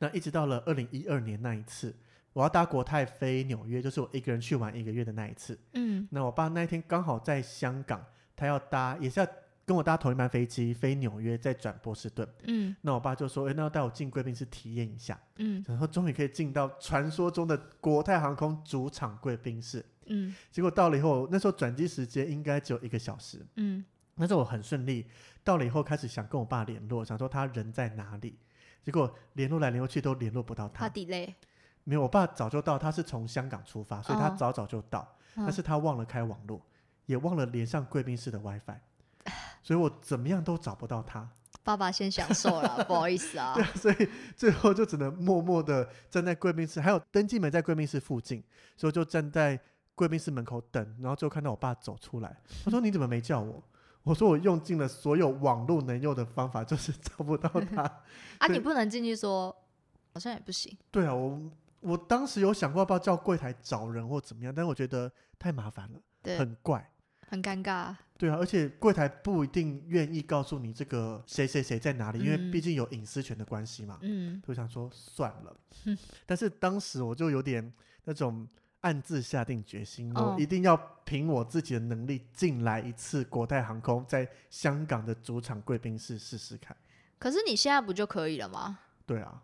[SPEAKER 2] 那一直到了二零一二年那一次，我要搭国泰飞纽约，就是我一个人去玩一个月的那一次。
[SPEAKER 1] 嗯
[SPEAKER 2] 那我爸那一天刚好在香港，他要搭也是要跟我搭同一班飞机飞纽约，再转波士顿。
[SPEAKER 1] 嗯
[SPEAKER 2] 那我爸就说：“诶，哎那要带我进贵宾室体验一下。”
[SPEAKER 1] 嗯
[SPEAKER 2] 然后终于可以进到传说中的国泰航空主场贵宾室。
[SPEAKER 1] 嗯
[SPEAKER 2] 结果到了以后，那时候转机时间应该只有一个小时。
[SPEAKER 1] 嗯
[SPEAKER 2] 那时候我很顺利，到了以后开始想跟我爸联络，想说他人在哪里。结果联络来联络去都联络不到他
[SPEAKER 1] 怕，delay，
[SPEAKER 2] 没有，我爸早就到，他是从香港出发，所以他
[SPEAKER 1] 哦
[SPEAKER 2] 早早就到，但是他忘了开网络，也忘了连上贵宾室的 WiFi，所以我怎么样都找不到他。
[SPEAKER 1] 爸爸先享 受了，不好意思啊
[SPEAKER 2] 对， 啊，所以最后就只能默默的站在贵宾室，还有登记门在贵宾室附近，所以我就站在贵宾室门口等，然后就看到我爸走出来，他说：“你怎么没叫我？”我说：“我用尽了所有网络能用的方法，就是 找不到他。
[SPEAKER 1] 啊，
[SPEAKER 2] 对
[SPEAKER 1] 你不能进去说，好像也不行，”
[SPEAKER 2] 对啊，我我当时有想过要不要叫柜台找人或怎么样，但我觉得太麻烦了，
[SPEAKER 1] 对，
[SPEAKER 2] 很怪。
[SPEAKER 1] 很尴尬，
[SPEAKER 2] 对啊，而且柜台不一定愿意告诉你这个谁谁谁在哪里，因为
[SPEAKER 1] 嗯
[SPEAKER 2] 毕竟有隐私权的关系嘛。
[SPEAKER 1] 嗯
[SPEAKER 2] 就想说算了。但是当时我就有点那种暗自下定决心，
[SPEAKER 1] 哦
[SPEAKER 2] 我一定要凭我自己的能力进来一次国泰航空在香港的主场贵宾室试试看。
[SPEAKER 1] 可是你现在不就可以了吗？
[SPEAKER 2] 对啊，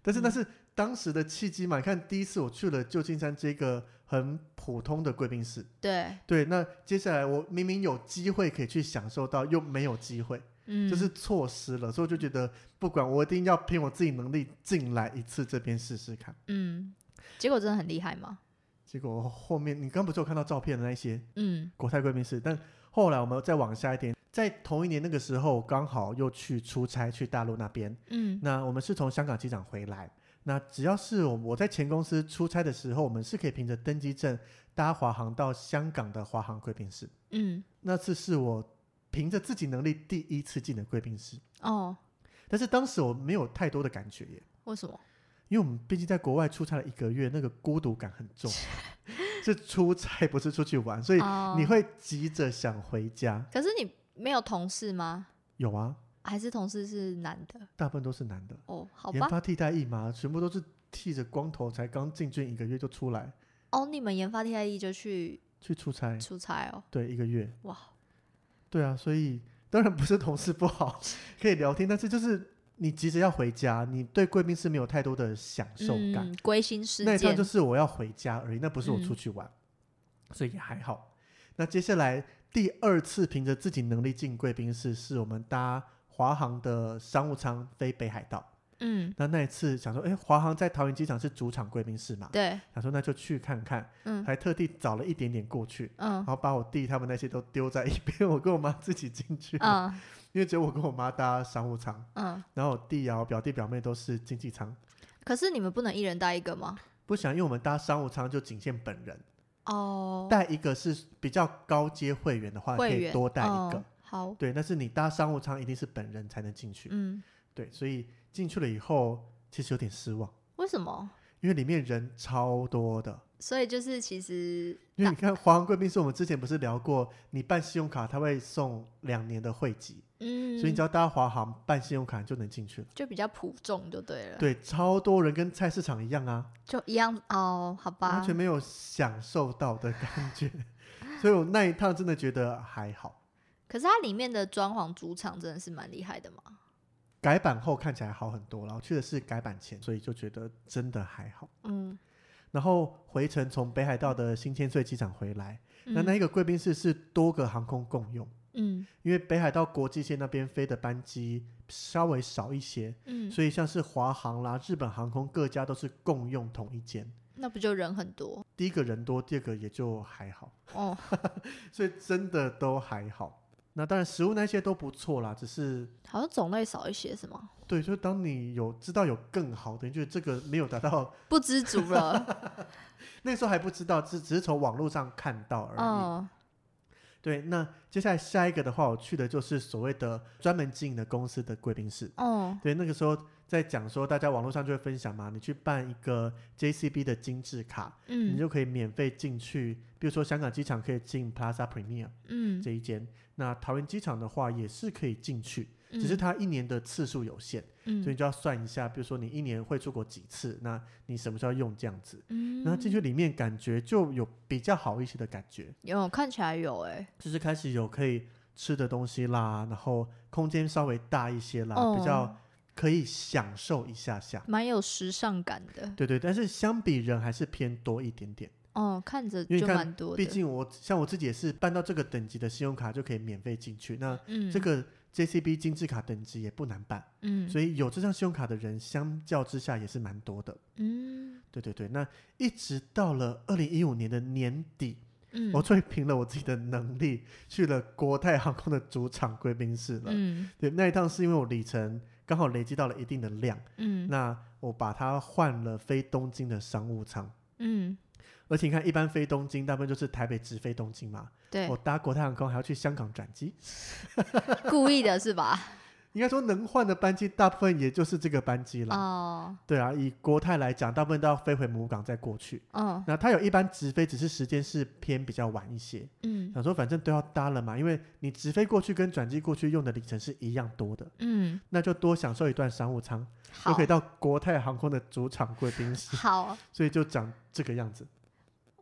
[SPEAKER 2] 但是
[SPEAKER 1] 嗯
[SPEAKER 2] 那是当时的契机嘛。你看，第一次我去了旧金山这个很普通的贵宾室，
[SPEAKER 1] 对，
[SPEAKER 2] 对，那接下来我明明有机会可以去享受到，又没有机会。
[SPEAKER 1] 嗯，
[SPEAKER 2] 就是错失了，所以我就觉得不管，我一定要凭我自己能力进来一次这边试试看。
[SPEAKER 1] 嗯，结果真的很厉害吗？
[SPEAKER 2] 结果后面你刚不是有看到照片的那些
[SPEAKER 1] 嗯
[SPEAKER 2] 国泰贵宾室，但后来我们再往下一点，在同一年那个时候，刚好又去出差去大陆那边。
[SPEAKER 1] 嗯
[SPEAKER 2] 那我们是从香港机场回来，那只要是我我在前公司出差的时候，我们是可以凭着登机证搭华航到香港的华航贵宾室。
[SPEAKER 1] 嗯，
[SPEAKER 2] 那次是我凭着自己能力第一次进的贵宾室，
[SPEAKER 1] 哦，
[SPEAKER 2] 但是当时我没有太多的感觉耶，
[SPEAKER 1] 为什么？
[SPEAKER 2] 因为我们毕竟在国外出差了一个月，那个孤独感很重， 是出差不是出去玩，所以
[SPEAKER 1] 哦
[SPEAKER 2] 你会急着想回家。
[SPEAKER 1] 可是你没有同事吗？
[SPEAKER 2] 有啊，
[SPEAKER 1] 还是同事是男的？
[SPEAKER 2] 大部分都是男的，
[SPEAKER 1] 哦，好
[SPEAKER 2] 研
[SPEAKER 1] 吧。
[SPEAKER 2] 发替代役嘛，全部都是剃着光头，才刚进军一个月就出来
[SPEAKER 1] 哦，你们研发 TIE 就去
[SPEAKER 2] 去出差，
[SPEAKER 1] 出差哦，
[SPEAKER 2] 对，一个月。
[SPEAKER 1] 哇，
[SPEAKER 2] 对啊，所以当然不是同事不好， 可以聊天，但是就是你急着要回家，你对贵宾室没有太多的享受感。
[SPEAKER 1] 嗯，归心似
[SPEAKER 2] 那一趟
[SPEAKER 1] 箭
[SPEAKER 2] 就，是我要回家而已，那不是我
[SPEAKER 1] 嗯
[SPEAKER 2] 出去玩，所以也还好。那接下来第二次凭着自己能力进贵宾室，是我们搭华航的商务舱飞北海道。
[SPEAKER 1] 嗯，
[SPEAKER 2] 那那一次想说，哎，华航在桃园机场是主场贵宾室嘛，
[SPEAKER 1] 对，
[SPEAKER 2] 想说那就去看看，
[SPEAKER 1] 嗯
[SPEAKER 2] 还特地找了一点点过去，
[SPEAKER 1] 嗯
[SPEAKER 2] 然后把我弟他们那些都丢在一边，我跟我妈自己进去，
[SPEAKER 1] 嗯
[SPEAKER 2] 因为只有我跟我妈搭商务舱，
[SPEAKER 1] 嗯。
[SPEAKER 2] 然后我弟啊、我表弟表妹都是经济舱，
[SPEAKER 1] 可是你们不能一人带一个吗？
[SPEAKER 2] 不想因为我们搭商务舱就仅限本人。
[SPEAKER 1] 哦，
[SPEAKER 2] 带一个是比较高阶会员的话，可
[SPEAKER 1] 会
[SPEAKER 2] 以
[SPEAKER 1] 员
[SPEAKER 2] 多带一个
[SPEAKER 1] 哦。好，
[SPEAKER 2] 对，但是你搭商务舱一定是本人才能进去。
[SPEAKER 1] 嗯，
[SPEAKER 2] 对，所以进去了以后，其实有点失望，
[SPEAKER 1] 为什么？
[SPEAKER 2] 因为里面人超多的。
[SPEAKER 1] 所以就是其实
[SPEAKER 2] 因为你看，华航贵宾室我们之前不是聊过，你办信用卡他会送两年的会籍，
[SPEAKER 1] 嗯，
[SPEAKER 2] 所以你只要搭华航办信用卡你就能进去了。
[SPEAKER 1] 就比较普众就对了，
[SPEAKER 2] 对，超多人跟菜市场一样啊，
[SPEAKER 1] 就一样哦，好吧
[SPEAKER 2] 完，全没有享受到的感 觉。所以我那一趟真的觉得还好，
[SPEAKER 1] 可是它里面的装潢主场真的是蛮厉害的嘛，
[SPEAKER 2] 改版后看起来好很多然后去的是改版前，所以就觉得真的还好。
[SPEAKER 1] 嗯，
[SPEAKER 2] 然后回程从北海道的新千岁机场回来，那
[SPEAKER 1] 嗯
[SPEAKER 2] 那一个贵宾室是多个航空共用，
[SPEAKER 1] 嗯
[SPEAKER 2] 因为北海道国际线那边飞的班机稍微少一些，
[SPEAKER 1] 嗯，
[SPEAKER 2] 所以像是华航啦、日本航空各家都是共用同一间。
[SPEAKER 1] 那不就人很多
[SPEAKER 2] 第一个人多，第二个也就还好，
[SPEAKER 1] 哦，
[SPEAKER 2] 所以真的都还好。那当然，食物那些都不错啦，只是
[SPEAKER 1] 好像种类少一些是吗？
[SPEAKER 2] 对，就当你有知道有更好的，你觉得这个没有达到，
[SPEAKER 1] 不知足 了，
[SPEAKER 2] 那时候还不知道，只只是从网络上看到而已。
[SPEAKER 1] 哦，
[SPEAKER 2] 对，那接下来下一个的话，我去的就是所谓的专门经营的公司的贵宾室。
[SPEAKER 1] 哦，
[SPEAKER 2] 对，那个时候在讲说，大家网络上就会分享嘛，你去办一个 JCB 的精致卡，你
[SPEAKER 1] 嗯
[SPEAKER 2] 就可以免费进去。比如说香港机场可以进 Plaza Premier
[SPEAKER 1] 嗯，
[SPEAKER 2] 这一间，那桃园机场的话也是可以进去，只是
[SPEAKER 1] 嗯
[SPEAKER 2] 它一年的次数有限，所以
[SPEAKER 1] 嗯
[SPEAKER 2] 你就要算一下，比如说你一年会出国几次，那你什么时候要用这样子。
[SPEAKER 1] 嗯，
[SPEAKER 2] 然后进去里面感觉就有比较好一些的感觉，
[SPEAKER 1] 有看起来有哎、
[SPEAKER 2] 就是开始有可以吃的东西啦，然后空间稍微大一些啦，
[SPEAKER 1] 哦
[SPEAKER 2] 比较可以享受一下下。
[SPEAKER 1] 蛮有时尚感的，
[SPEAKER 2] 对对，但是相比人还是偏多一点点。
[SPEAKER 1] 哦，看着
[SPEAKER 2] 因为
[SPEAKER 1] 就
[SPEAKER 2] 看
[SPEAKER 1] 蛮多
[SPEAKER 2] 毕
[SPEAKER 1] 的，
[SPEAKER 2] 竟我像我自己也是办到这个等级的信用卡就可以免费进去，那
[SPEAKER 1] 嗯，
[SPEAKER 2] 啊这个 JCB 金质卡等级也不难办，
[SPEAKER 1] 嗯
[SPEAKER 2] 所以有这张信用卡的人相较之下也是蛮多的。
[SPEAKER 1] 嗯
[SPEAKER 2] 对对对，那一直到了二零一五年的年底，
[SPEAKER 1] 嗯，
[SPEAKER 2] 我终于凭了我自己的能力去了国泰航空的主场贵宾室了。
[SPEAKER 1] 嗯
[SPEAKER 2] 对，那一趟是因为我里程刚好累积到了一定的量，
[SPEAKER 1] 嗯
[SPEAKER 2] 那我把它换了飞东京的商务舱。
[SPEAKER 1] 嗯，
[SPEAKER 2] 而且你看，一般飞东京大部分就是台北直飞东京嘛，
[SPEAKER 1] 对
[SPEAKER 2] 我，哦搭国泰航空还要去香港转机。
[SPEAKER 1] 故意的是吧？
[SPEAKER 2] 应该说能换的班机大部分也就是这个班机啦。
[SPEAKER 1] 哦，
[SPEAKER 2] 对啊，以国泰来讲，大部分都要飞回母港再过去。
[SPEAKER 1] 哦，
[SPEAKER 2] 那它有一班直飞，只是时间是偏比较晚一些。
[SPEAKER 1] 嗯
[SPEAKER 2] 想说反正都要搭了嘛，因为你直飞过去跟转机过去用的里程是一样多的，
[SPEAKER 1] 嗯，
[SPEAKER 2] 那就多享受一段商务舱。
[SPEAKER 1] 好
[SPEAKER 2] 就可以到国泰航空的主场贵宾室，
[SPEAKER 1] 好
[SPEAKER 2] 所以就长这个样子。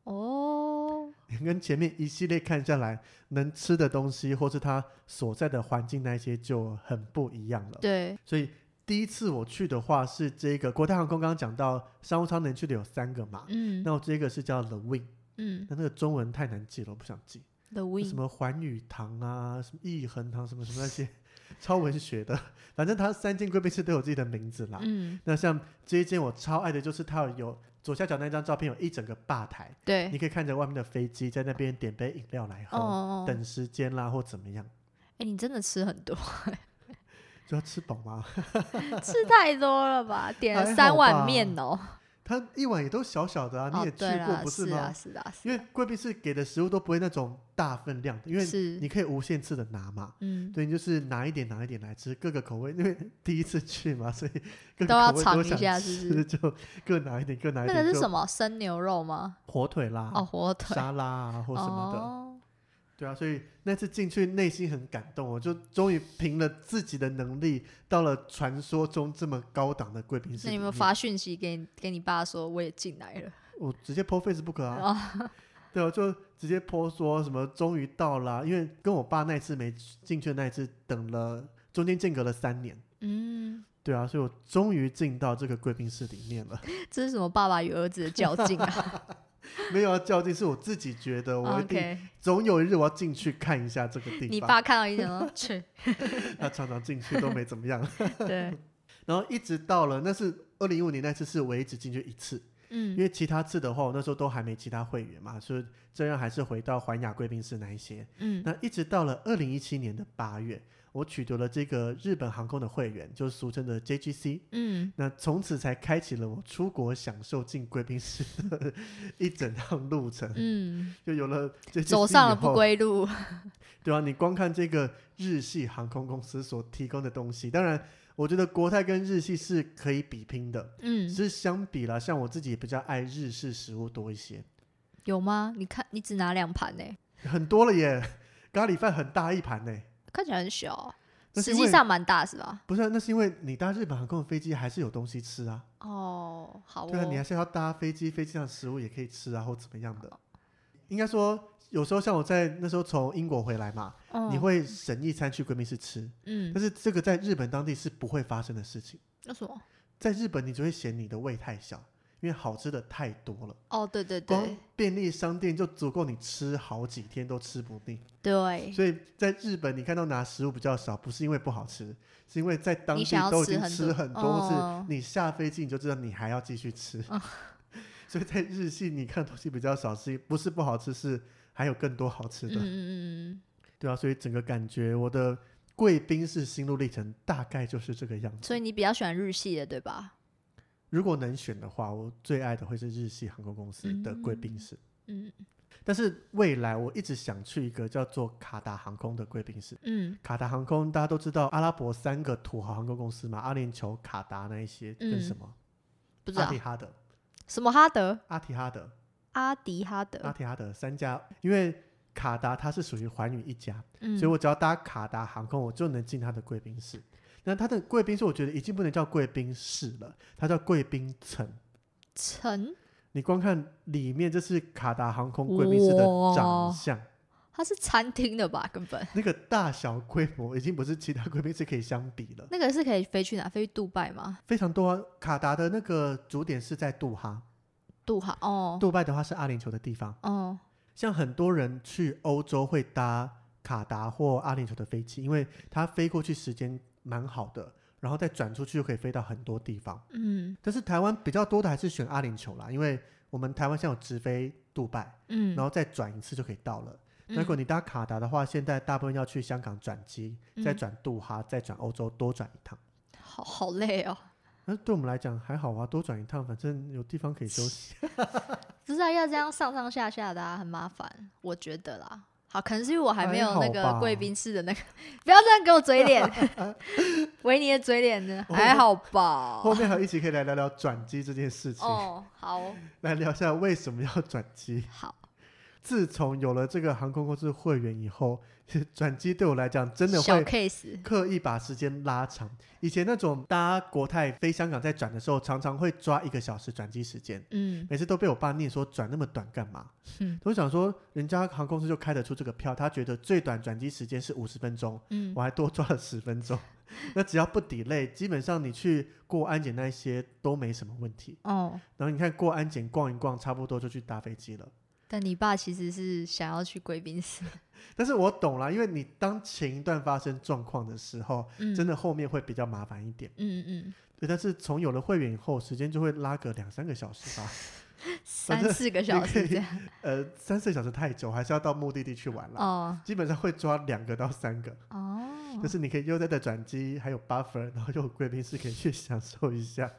[SPEAKER 1] 哦，
[SPEAKER 2] 跟前面一系列看下来，能吃的东西或是它所在的环境那些就很不一样了。
[SPEAKER 1] 对，
[SPEAKER 2] 所以第一次我去的话是这个国泰航空，刚刚讲到商务舱能去的有三个嘛，
[SPEAKER 1] 嗯
[SPEAKER 2] 那我这个是叫 The Wing，
[SPEAKER 1] 嗯
[SPEAKER 2] 那那个中文太难记了，我不想记。
[SPEAKER 1] The
[SPEAKER 2] 什
[SPEAKER 1] Win，
[SPEAKER 2] 么环宇堂啊，什么益恒堂，什么什么那些 超文学的，反正它三间贵宾室都有自己的名字啦。
[SPEAKER 1] 嗯，
[SPEAKER 2] 那像这一间我超爱的就是它有有左下角那张照片有一整个吧台，
[SPEAKER 1] 对，
[SPEAKER 2] 你可以看着外面的飞机，在那边点杯饮料来喝，
[SPEAKER 1] 哦哦，哎、
[SPEAKER 2] 等时间啦或怎么样，
[SPEAKER 1] 诶你真的吃很 多，
[SPEAKER 2] 就要吃饱吗？
[SPEAKER 1] 吃太多了吧？点
[SPEAKER 2] 还
[SPEAKER 1] 了
[SPEAKER 2] 好
[SPEAKER 1] 三
[SPEAKER 2] 吧
[SPEAKER 1] 碗面哦，
[SPEAKER 2] 它一碗也都小小的啊，你
[SPEAKER 1] 哦
[SPEAKER 2] 也去
[SPEAKER 1] 对
[SPEAKER 2] 过、
[SPEAKER 1] 啦
[SPEAKER 2] 不是
[SPEAKER 1] 是
[SPEAKER 2] 吗？
[SPEAKER 1] 啊，是啊，是
[SPEAKER 2] 因为贵宾室给的食物都不会那种大分量的，因为
[SPEAKER 1] 是
[SPEAKER 2] 你可以无限次的拿嘛。
[SPEAKER 1] 嗯，
[SPEAKER 2] 对，你就是拿一点拿一点来吃，各个口味， 因为第一次去嘛，所以各个
[SPEAKER 1] 都要
[SPEAKER 2] 口味
[SPEAKER 1] 尝
[SPEAKER 2] 都
[SPEAKER 1] 一
[SPEAKER 2] 想
[SPEAKER 1] 下
[SPEAKER 2] 吃，
[SPEAKER 1] 是不是
[SPEAKER 2] 就各拿一点，各拿一
[SPEAKER 1] 那
[SPEAKER 2] 点。
[SPEAKER 1] 个是什
[SPEAKER 2] 么？
[SPEAKER 1] 么生牛肉吗？
[SPEAKER 2] 火腿啦，
[SPEAKER 1] 哦，火 腿
[SPEAKER 2] 沙拉啊，或什么的。
[SPEAKER 1] 哦，
[SPEAKER 2] 对啊，所以那次进去内心很感动，我就终于凭了自己的能力，到了传说中这么高档的贵宾室里
[SPEAKER 1] 那
[SPEAKER 2] 面。
[SPEAKER 1] 你有没有发讯息给你给你爸说我也进来了？
[SPEAKER 2] 我直接 po Facebook 啊，
[SPEAKER 1] 哦
[SPEAKER 2] 对啊，就直接 po 说什么终于到啦，因为跟我爸那次没进去的那一次等了，中间间隔了三年。
[SPEAKER 1] 嗯，
[SPEAKER 2] 对啊，所以我终于进到这个贵宾室里面了。
[SPEAKER 1] 这是什么爸爸与儿子的较劲啊
[SPEAKER 2] 没有要较劲，是我自己觉得 我一定、
[SPEAKER 1] ？OK，
[SPEAKER 2] 总有一日我要进去看一下这个地
[SPEAKER 1] 你
[SPEAKER 2] 方。
[SPEAKER 1] 爸看到一点说 去，
[SPEAKER 2] 他常常进去都没怎么 样，
[SPEAKER 1] 对，
[SPEAKER 2] 然后一直到了那是二零一五年那次是我也只进去一次，因
[SPEAKER 1] 嗯，
[SPEAKER 2] 为其他次的话我那时候都还没其他会员嘛，所以这样还是回到环亚贵宾室那一些。
[SPEAKER 1] 嗯，
[SPEAKER 2] 那一直到了二零一七年的八月，我取得了这个日本航空的会员，就是俗称的 JGC。
[SPEAKER 1] 嗯，
[SPEAKER 2] 那从此才开启了我出国享受进贵宾室的 一整趟路程，
[SPEAKER 1] 嗯，
[SPEAKER 2] 就有了 JGC
[SPEAKER 1] 走上了
[SPEAKER 2] 以
[SPEAKER 1] 不
[SPEAKER 2] 后
[SPEAKER 1] 归路。
[SPEAKER 2] 对啊，你光看这个日系航空公司所提供的东西，当然，我觉得国泰跟日系是可以比拼的。
[SPEAKER 1] 嗯
[SPEAKER 2] 只，是相比啦，像我自己也比较爱日式食物多一些，
[SPEAKER 1] 有吗？你看，你只拿两盘呢、欸
[SPEAKER 2] 很多了耶。咖喱饭很大一盘呢，
[SPEAKER 1] 看起来很小哦、
[SPEAKER 2] 那是
[SPEAKER 1] 实
[SPEAKER 2] 因为
[SPEAKER 1] 际上蛮大是吧？
[SPEAKER 2] 不是啊、那是因为你搭日本航空的飞机还是有东西吃啊。
[SPEAKER 1] 哦，好
[SPEAKER 2] 对啊，你还
[SPEAKER 1] 哦，
[SPEAKER 2] 是要搭飞机，飞机上食物也可以吃啊，或怎么样的。应该说，有时候像我在那时候从英国回来嘛，
[SPEAKER 1] 嗯
[SPEAKER 2] 你会省一餐去贵宾室吃，
[SPEAKER 1] 嗯
[SPEAKER 2] 但，是这个在日本当地是不会发生的事情。
[SPEAKER 1] 那什么？
[SPEAKER 2] 在日本，你就会嫌你的胃太小，因为好吃的太多了，
[SPEAKER 1] 哦，对对
[SPEAKER 2] 光
[SPEAKER 1] 对
[SPEAKER 2] 便利商店就足够你吃好几天都吃不腻。
[SPEAKER 1] 对，
[SPEAKER 2] 所以在日本，你看到拿食物比较少，不是因为不好吃，是因为在当
[SPEAKER 1] 你
[SPEAKER 2] 地
[SPEAKER 1] 想要
[SPEAKER 2] 都已
[SPEAKER 1] 吃
[SPEAKER 2] 经
[SPEAKER 1] 很
[SPEAKER 2] 吃
[SPEAKER 1] 多
[SPEAKER 2] 很多，
[SPEAKER 1] 哦
[SPEAKER 2] 是你下飞机你就知道你还要继续吃。 所以在日系，你看东西比较少，是不是不好吃，是还有更多好吃
[SPEAKER 1] 嗯
[SPEAKER 2] 的，
[SPEAKER 1] 嗯嗯嗯
[SPEAKER 2] 对啊。所以整个感觉，我的贵宾室心路历程大概就是这个样
[SPEAKER 1] 嗯，
[SPEAKER 2] 子。
[SPEAKER 1] 所以你比较喜欢日系的对吧？
[SPEAKER 2] 如果能选的话，我最爱的会是日系航空公司的贵宾室。
[SPEAKER 1] 嗯
[SPEAKER 2] 但是未来我一直想去一个叫做卡达航空的贵宾室，
[SPEAKER 1] 嗯
[SPEAKER 2] 卡达航空大家都知道，阿拉伯三个土豪航空公司嘛，阿联酋、卡达那一些跟什么、
[SPEAKER 1] 嗯不知
[SPEAKER 2] 阿
[SPEAKER 1] 道
[SPEAKER 2] 提哈德、
[SPEAKER 1] 什么哈德
[SPEAKER 2] 阿提哈德、
[SPEAKER 1] 阿迪哈
[SPEAKER 2] 阿
[SPEAKER 1] 德，
[SPEAKER 2] 提哈德三家，因为卡达它是属于寰宇一家，
[SPEAKER 1] 嗯
[SPEAKER 2] 所以我只要搭卡达航空，我就能进它的贵宾室。那它的贵宾室，我觉得已经不能叫贵宾室了，它叫贵宾层。
[SPEAKER 1] 陈
[SPEAKER 2] 你光看里面，这是卡达航空贵宾室的长
[SPEAKER 1] 哇
[SPEAKER 2] 相，
[SPEAKER 1] 它是餐厅的吧？根本
[SPEAKER 2] 那个大小规模已经不是其他贵宾室可以相比了。
[SPEAKER 1] 那个是可以飞去哪？飞去杜拜吗？
[SPEAKER 2] 非常多、啊。卡达的那个主点是在杜哈，
[SPEAKER 1] 杜哈哦
[SPEAKER 2] 杜拜的话是阿联酋的地方。
[SPEAKER 1] 哦，
[SPEAKER 2] 像很多人去欧洲会搭卡达或阿联酋的飞机，因为它飞过去时间蛮好的，然后再转出去就可以飞到很多地方。
[SPEAKER 1] 嗯
[SPEAKER 2] 但是台湾比较多的还是选阿联酋啦，因为我们台湾现在有直飞杜拜，
[SPEAKER 1] 嗯，
[SPEAKER 2] 然后再转一次就可以到了。
[SPEAKER 1] 嗯
[SPEAKER 2] 那如果你搭卡达的话，现在大部分要去香港转机，再
[SPEAKER 1] 嗯
[SPEAKER 2] 转杜哈，再转欧洲，多转一趟。
[SPEAKER 1] 好好累哦。
[SPEAKER 2] 那对我们来讲还好啊，多转一趟，反正有地方可以休息。
[SPEAKER 1] 不是啊，要这样上上下下的、啊，很麻烦，我觉得啦。好，可能是因为我还没有那
[SPEAKER 2] 还好
[SPEAKER 1] 个
[SPEAKER 2] 吧
[SPEAKER 1] 贵宾室的那个， 不要这样给我嘴 脸，维尼的嘴脸呢？
[SPEAKER 2] 哦
[SPEAKER 1] 还好吧。
[SPEAKER 2] 后面还有一起可以来聊聊转机这件事情，
[SPEAKER 1] 哦，好
[SPEAKER 2] 来聊一下为什么要转机。
[SPEAKER 1] 好，
[SPEAKER 2] 自从有了这个航空公司会员以后，其实转机对我来讲真的
[SPEAKER 1] 小
[SPEAKER 2] 会
[SPEAKER 1] case，
[SPEAKER 2] 刻意把时间拉长。以前那种搭国泰飞香港在转的时候，常常会抓一个小时转机时间，
[SPEAKER 1] 嗯
[SPEAKER 2] 每次都被我爸念说转那么短干嘛
[SPEAKER 1] 嗯？
[SPEAKER 2] 我想说，人家航空公司就开得出这个票，他觉得最短转机时间是五十分钟，
[SPEAKER 1] 嗯
[SPEAKER 2] 我还多抓了十分钟。 那只要不抵累，基本上你去过安检那一些都没什么问题。
[SPEAKER 1] 哦，
[SPEAKER 2] 然后你看过安检逛一逛，差不多就去搭飞机了。
[SPEAKER 1] 但你爸其实是想要去贵宾室，
[SPEAKER 2] 但是我懂啦，因为你当前一段发生状况的时候，
[SPEAKER 1] 嗯，
[SPEAKER 2] 真的后面会比较麻烦一点。
[SPEAKER 1] 嗯，嗯
[SPEAKER 2] 对，但是从有了会员以后，时间就会拉个两三个小时 吧。
[SPEAKER 1] 嗯，三四个小时这样，
[SPEAKER 2] 呃，三四个小时太久，还是要到目的地去玩啦。
[SPEAKER 1] 哦
[SPEAKER 2] 基本上会抓两个到三个，
[SPEAKER 1] 哦
[SPEAKER 2] 就，是你可以悠哉的转机，还有 buffer，然后又有贵宾室可以去享受一下。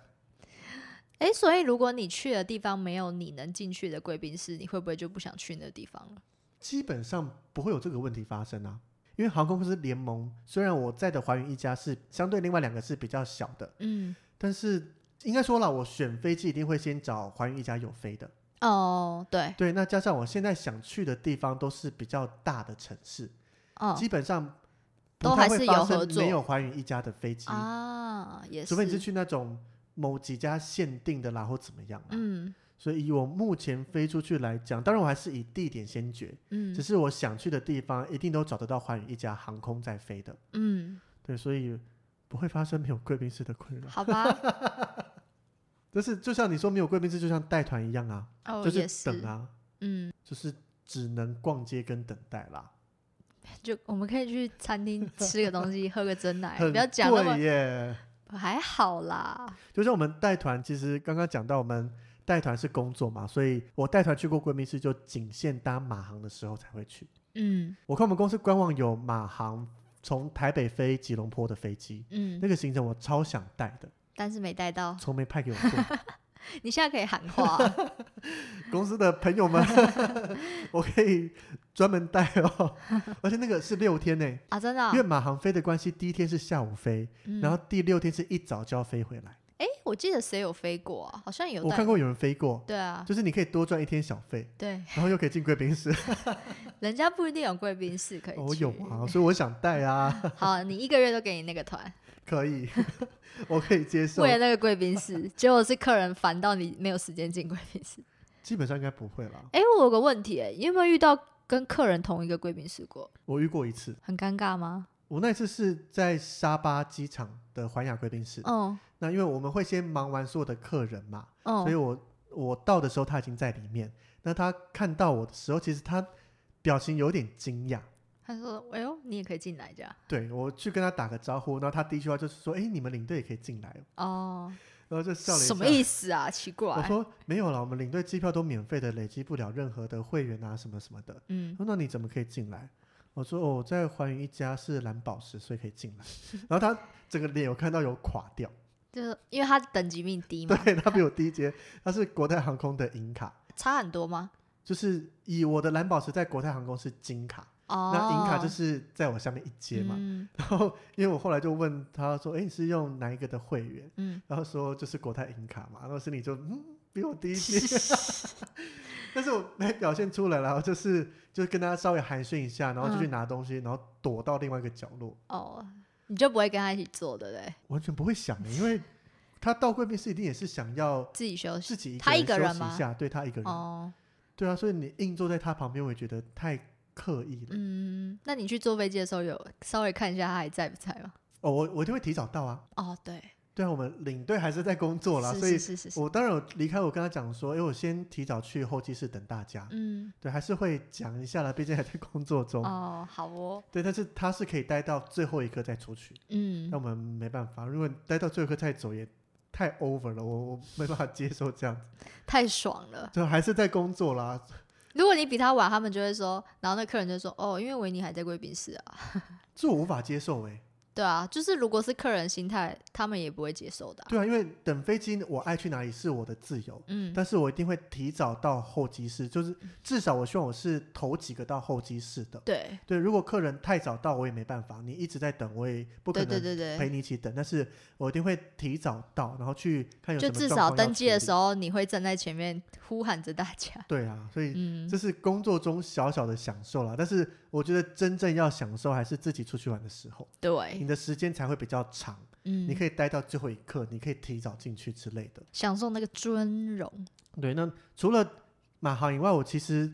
[SPEAKER 1] 哎，所以如果你去的地方没有你能进去的贵宾室，你会不会就不想去那个地方了？
[SPEAKER 2] 基本上不会有这个问题发生啊。因为航空公司联盟，虽然我在的华云一家是相对另外两个是比较小的，
[SPEAKER 1] 嗯，
[SPEAKER 2] 但是应该说了，我选飞机一定会先找华云一家有飞的。
[SPEAKER 1] 哦，对，
[SPEAKER 2] 对，那加上我现在想去的地方都是比较大的城市，
[SPEAKER 1] 哦
[SPEAKER 2] 基本上
[SPEAKER 1] 都
[SPEAKER 2] 不太
[SPEAKER 1] 还
[SPEAKER 2] 会
[SPEAKER 1] 是
[SPEAKER 2] 发
[SPEAKER 1] 有
[SPEAKER 2] 生
[SPEAKER 1] 合作
[SPEAKER 2] 没有华云一家的飞机，
[SPEAKER 1] 啊，也是，
[SPEAKER 2] 除非你是去那种某几家限定的啦，或怎么样啦。
[SPEAKER 1] 嗯
[SPEAKER 2] 所以以我目前飞出去来讲，当然我还是以地点先决，只
[SPEAKER 1] 嗯
[SPEAKER 2] 是我想去的地方一定都找得到华宇一家航空在飞的，
[SPEAKER 1] 嗯，
[SPEAKER 2] 对，所以不会发生没有贵宾室的困扰。
[SPEAKER 1] 好 吧，
[SPEAKER 2] 但是就像你说没有贵宾室，就像带团一样啊，
[SPEAKER 1] 哦，
[SPEAKER 2] 就
[SPEAKER 1] 也
[SPEAKER 2] 是等啊，
[SPEAKER 1] 嗯，
[SPEAKER 2] 就是只能逛街跟等待啦，
[SPEAKER 1] 就我们可以去餐 厅吃个东西，喝个真奶，
[SPEAKER 2] 很
[SPEAKER 1] 哎不要讲那
[SPEAKER 2] 贵
[SPEAKER 1] 么
[SPEAKER 2] 耶。
[SPEAKER 1] 还好啦，
[SPEAKER 2] 就像我们带团，其实刚刚讲到我们带团是工作嘛，所以我带团去过贵宾室，就仅限搭马航的时候才会去。
[SPEAKER 1] 嗯
[SPEAKER 2] 我看我们公司官网有马航从台北飞吉隆坡的飞机，
[SPEAKER 1] 嗯，哦
[SPEAKER 2] 那个行程我超想带的，
[SPEAKER 1] 但是没带到，
[SPEAKER 2] 从没派给我过。
[SPEAKER 1] 你现在可以喊话啊、
[SPEAKER 2] 公司的朋友们， 我可以专门带哦。而且那个是六天呢，
[SPEAKER 1] 啊，真的啊、
[SPEAKER 2] 因为马航飞的关系，第一天是下午飞，
[SPEAKER 1] 嗯
[SPEAKER 2] 然后第六天是一早就要飞回来。
[SPEAKER 1] 哎、我记得谁有飞过啊？好像有
[SPEAKER 2] 我
[SPEAKER 1] 带
[SPEAKER 2] 看过有人飞过，
[SPEAKER 1] 对啊，
[SPEAKER 2] 就是你可以多赚一天小费，
[SPEAKER 1] 对，
[SPEAKER 2] 然后又可以进贵宾室。
[SPEAKER 1] 人家不一定有贵宾室可以去。
[SPEAKER 2] 我有啊，所以我想带啊，
[SPEAKER 1] 好，你一个月都给你那个团，
[SPEAKER 2] 可以， 我可以接受
[SPEAKER 1] 为。了那个贵宾室，结果是客人烦到你没有时间进贵 宾室。
[SPEAKER 2] 基本上应该不会啦，
[SPEAKER 1] 哎、我有个问题、哎，你有没有遇到跟客人同一个贵宾室过？
[SPEAKER 2] 我遇过一次，
[SPEAKER 1] 很尴尬吗？
[SPEAKER 2] 我那一次是在沙巴机场的环亚贵宾室。
[SPEAKER 1] 嗯
[SPEAKER 2] 那因为我们会先忙完所有的客人嘛，所以
[SPEAKER 1] 嗯，
[SPEAKER 2] 我我到的时候他已经在里面。那他看到我的时候，其实他表情有点惊讶。
[SPEAKER 1] 他说：“哎呦，你也可以进来这样。
[SPEAKER 2] 对我去跟他打个招呼，然后他第一句话就是说：“哎、你们领队也可以进来。”哦。”
[SPEAKER 1] 哦，
[SPEAKER 2] 然后就笑了一下。
[SPEAKER 1] 什么意思啊？奇
[SPEAKER 2] 我
[SPEAKER 1] 怪。
[SPEAKER 2] 说没有啦，我们领队机票都免费的，累积不了任何的会员啊什么什么的。
[SPEAKER 1] 嗯
[SPEAKER 2] 他说那你怎么可以进来？我说哦，我在环宇一家是蓝宝石，所以可以 进来。然后他整个脸我看到有垮掉，
[SPEAKER 1] 就是因为他等级比你低嘛，
[SPEAKER 2] 对他比我低阶，他是国泰航空的银卡，
[SPEAKER 1] 差很多吗？
[SPEAKER 2] 就是以我的蓝宝石在国泰航空是金卡，
[SPEAKER 1] 哦，
[SPEAKER 2] 那银卡就是在我下面一阶嘛。
[SPEAKER 1] 嗯
[SPEAKER 2] 然后因为我后来就问他说：“哎，你是用哪一个的会员
[SPEAKER 1] 嗯？”，
[SPEAKER 2] 然后说就是国泰银卡嘛。然后心里就嗯，比我低一 阶， 但是我没表现出来然后就是就跟他稍微寒暄一下，然后就去拿东西，然后躲到另外一个角落，
[SPEAKER 1] 哦，你就不会跟他一起做，对不对？
[SPEAKER 2] 完全不会想欸的，因为他到贵宾室一定也是想要
[SPEAKER 1] 自己休息。
[SPEAKER 2] 自己
[SPEAKER 1] 他一个人
[SPEAKER 2] 休息
[SPEAKER 1] 吗
[SPEAKER 2] 一下，对他一个人，
[SPEAKER 1] 哦，
[SPEAKER 2] 对啊，所以你硬坐在他旁边，我也觉得太刻意了。
[SPEAKER 1] 嗯，那你去坐飞机的时候有稍微看一下他还在不在吗？
[SPEAKER 2] 哦，我我一定会提早到啊。
[SPEAKER 1] 哦，对，
[SPEAKER 2] 对啊，我们领队还是在工作啦，
[SPEAKER 1] 是
[SPEAKER 2] 所以
[SPEAKER 1] 是是是是，
[SPEAKER 2] 我当然有离开，我跟他讲说，哎因为我先提早去候机室等大家，
[SPEAKER 1] 嗯，
[SPEAKER 2] 对，还是会讲一下啦，毕竟还在工作中。
[SPEAKER 1] 哦，好哦，
[SPEAKER 2] 对，但是他是可以待到最后一刻再出去，
[SPEAKER 1] 嗯
[SPEAKER 2] 那、，我们没办法，如果待到最后一刻再走也太 over 了，我我没办法接受这样子，
[SPEAKER 1] 太爽了。
[SPEAKER 2] 就还是在工作啦。
[SPEAKER 1] 如果你比他晚，他们就会说，然后那客人就说，哦，因为维尼还在贵宾室啊。
[SPEAKER 2] 这我无法接受哎、
[SPEAKER 1] 对啊，就是如果是客人心态，他们也不会接受的啊、
[SPEAKER 2] 对啊，因为等飞机我爱去哪里是我的自由，
[SPEAKER 1] 嗯
[SPEAKER 2] 但是我一定会提早到候机室，就是至少我希望我是头几个到候机室的。
[SPEAKER 1] 对，
[SPEAKER 2] 对，如果客人太早到，我也没办法，你一直在等，我也不可
[SPEAKER 1] 对对
[SPEAKER 2] 能
[SPEAKER 1] 对
[SPEAKER 2] 陪
[SPEAKER 1] 对，
[SPEAKER 2] 你一起等，但是我一定会提早到，然后去看有什
[SPEAKER 1] 就
[SPEAKER 2] 么
[SPEAKER 1] 至
[SPEAKER 2] 状
[SPEAKER 1] 少
[SPEAKER 2] 况要
[SPEAKER 1] 登机的
[SPEAKER 2] 处
[SPEAKER 1] 时候，你会站在前面呼喊着大 家。
[SPEAKER 2] 理。对啊，所以
[SPEAKER 1] 嗯
[SPEAKER 2] 这，是工作中小小的享受啦。但是我觉得真正要享受还是自己出去玩的时候，
[SPEAKER 1] 对
[SPEAKER 2] 你，的时间才会比较长，
[SPEAKER 1] 哎嗯，
[SPEAKER 2] 你可以待到最后一刻，你可以提早进去之类的。
[SPEAKER 1] 享受那个尊荣。
[SPEAKER 2] 对，那除了马航以外，我其实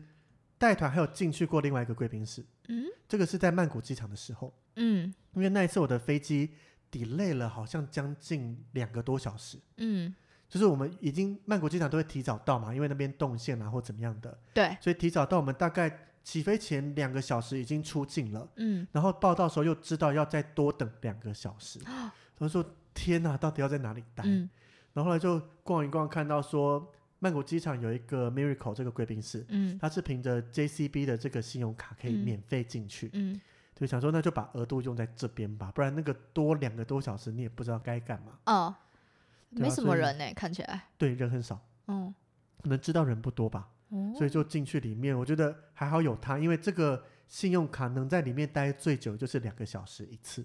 [SPEAKER 2] 带团还有进去过另外一个贵宾室，
[SPEAKER 1] 嗯
[SPEAKER 2] 这个是在曼谷机场的时候，
[SPEAKER 1] 嗯
[SPEAKER 2] 因为那一次我的飞机 delay 了，好像将近两个多小时。
[SPEAKER 1] 嗯
[SPEAKER 2] 就是我们已经曼谷机场都会提早到嘛，因为那边动线啊或怎么样的，
[SPEAKER 1] 对，
[SPEAKER 2] 所以提早到我们大概起飞前两个小时已经出境了，
[SPEAKER 1] 嗯，
[SPEAKER 2] 然后报到的时候又知道要再多等两个小 时，我就说天哪，到底要在哪里待？
[SPEAKER 1] 嗯
[SPEAKER 2] 然后后来就逛一逛，看到说曼谷机场有一个 Miracle 这个贵宾室，
[SPEAKER 1] 嗯
[SPEAKER 2] 它是凭着 JCB 的这个信用卡可以
[SPEAKER 1] 嗯
[SPEAKER 2] 免费进去，
[SPEAKER 1] 嗯，
[SPEAKER 2] 就想说那就把额度用在这边吧，不然那个多两个多小时你也不知道该干嘛。
[SPEAKER 1] 哦，
[SPEAKER 2] 对
[SPEAKER 1] 没
[SPEAKER 2] 啊
[SPEAKER 1] 什
[SPEAKER 2] 所
[SPEAKER 1] 么
[SPEAKER 2] 以
[SPEAKER 1] 人呢，看起来，
[SPEAKER 2] 对，人很少，
[SPEAKER 1] 嗯，
[SPEAKER 2] 可能知道人不多吧，
[SPEAKER 1] 哦
[SPEAKER 2] 所以就进去里面。我觉得还好有它，因为这个信用卡能在里面待最久就是两个小时一次。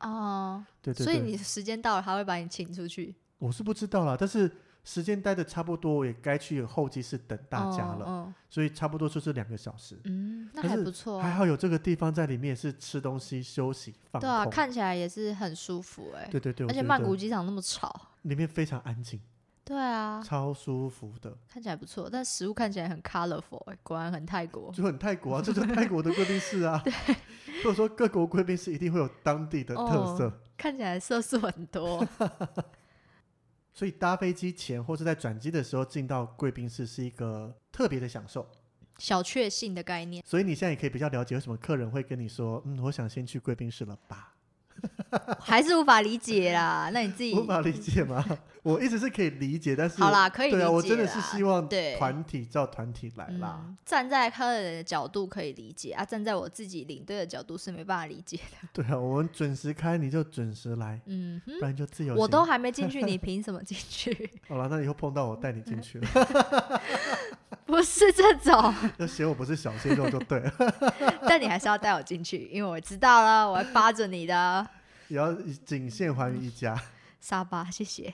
[SPEAKER 1] 哦，
[SPEAKER 2] 对对对，
[SPEAKER 1] 所以你时间到了，他会把你请出去，
[SPEAKER 2] 我是不知道啦，但是时间待的差不多，我也该去候机室等大家
[SPEAKER 1] 哦
[SPEAKER 2] 了，
[SPEAKER 1] 哦
[SPEAKER 2] 所以差不多就是两个小时。
[SPEAKER 1] 嗯，那
[SPEAKER 2] 可
[SPEAKER 1] 还
[SPEAKER 2] 是
[SPEAKER 1] 不错
[SPEAKER 2] 还
[SPEAKER 1] 啊，
[SPEAKER 2] 好有这个地方在里面，是吃东西、休息、放
[SPEAKER 1] 对
[SPEAKER 2] 空。
[SPEAKER 1] 啊，看起来也是很舒服哎，
[SPEAKER 2] 对对对，我
[SPEAKER 1] 而且
[SPEAKER 2] 觉
[SPEAKER 1] 曼
[SPEAKER 2] 得
[SPEAKER 1] 谷机场那么吵，
[SPEAKER 2] 里面非常安静，
[SPEAKER 1] 对啊，
[SPEAKER 2] 超舒服的，
[SPEAKER 1] 看起来不错，但食物看起来很 colorful，、欸、果然很泰国。
[SPEAKER 2] 就很泰国啊，这就是泰国的贵宾室 啊。 所以说各国贵宾室一定会有当地的特色，
[SPEAKER 1] 哦看起来色素 很多，
[SPEAKER 2] 所以搭飞机前或是在转机的时候进到贵宾室是一个特别的享受。
[SPEAKER 1] 小确幸的概念。
[SPEAKER 2] 所以你现在也可以比较了解为什么客人会跟你说，嗯，我想先去贵宾室了吧。
[SPEAKER 1] 还是无法理解啦。那你自己
[SPEAKER 2] 无法理解吗？我一直是可以理解，但是
[SPEAKER 1] 嗯好啦，可以理解
[SPEAKER 2] 对
[SPEAKER 1] 啦。
[SPEAKER 2] 啊，我真的是希望
[SPEAKER 1] 对
[SPEAKER 2] 团体照团体来啦。
[SPEAKER 1] 嗯站在客人的角度可以理解啊，站在我自己领队的角度是没办法理解的。
[SPEAKER 2] 对啊，我们准时开你就准时来，
[SPEAKER 1] 嗯 哼，
[SPEAKER 2] 不然就自由行。
[SPEAKER 1] 我都还没进去， 你凭什么进去？
[SPEAKER 2] 好了，那以后碰到我带你
[SPEAKER 1] 嗯
[SPEAKER 2] 进去了，
[SPEAKER 1] 不是这种，
[SPEAKER 2] 要嫌我不是小鲜肉就对了，
[SPEAKER 1] 但你还是要带我进去，因为我知道了，我会扒着你的
[SPEAKER 2] 也要仅限还于一家。
[SPEAKER 1] 沙发。谢谢。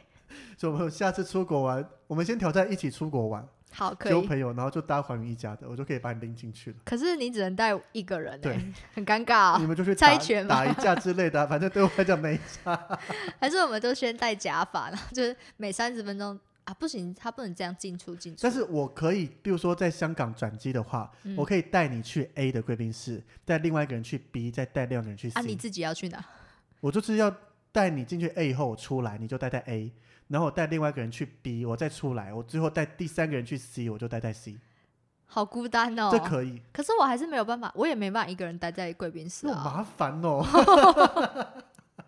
[SPEAKER 2] 所以我们下次出国玩，我们先挑战一起出国玩，
[SPEAKER 1] 好，可
[SPEAKER 2] 交
[SPEAKER 1] 以。
[SPEAKER 2] 朋友，然后就搭还于一家的，我就可以把你拎进去了。
[SPEAKER 1] 可是你只能带一个人、欸，
[SPEAKER 2] 对
[SPEAKER 1] 很尴尬、
[SPEAKER 2] 你
[SPEAKER 1] 哦。
[SPEAKER 2] 们就去
[SPEAKER 1] 猜
[SPEAKER 2] 打
[SPEAKER 1] 拳吗
[SPEAKER 2] 打一架之类的啊、反正对我来讲没 差。
[SPEAKER 1] 还是我们都先戴假发，然后 就是每三十分钟啊，不行，他不能这样进出进出。
[SPEAKER 2] 但是我可以，比如说在香港转机的话，
[SPEAKER 1] 嗯
[SPEAKER 2] 我可以带你去 A 的贵宾室，带另外一个人去 B，再带另外一个人去 C。
[SPEAKER 1] 啊，你自己要去哪？
[SPEAKER 2] 我就是要带你进去 A 以后，我出来你就待在 A，然后我带另外一个人去 B，我再出来，我最后带第三个人去 C，我就待在 C，、
[SPEAKER 1] 好孤单哦。
[SPEAKER 2] 这可以，
[SPEAKER 1] 可是我还是没有办法，我也没办法一个人待在贵宾室
[SPEAKER 2] 那
[SPEAKER 1] 啊。
[SPEAKER 2] 麻烦哦。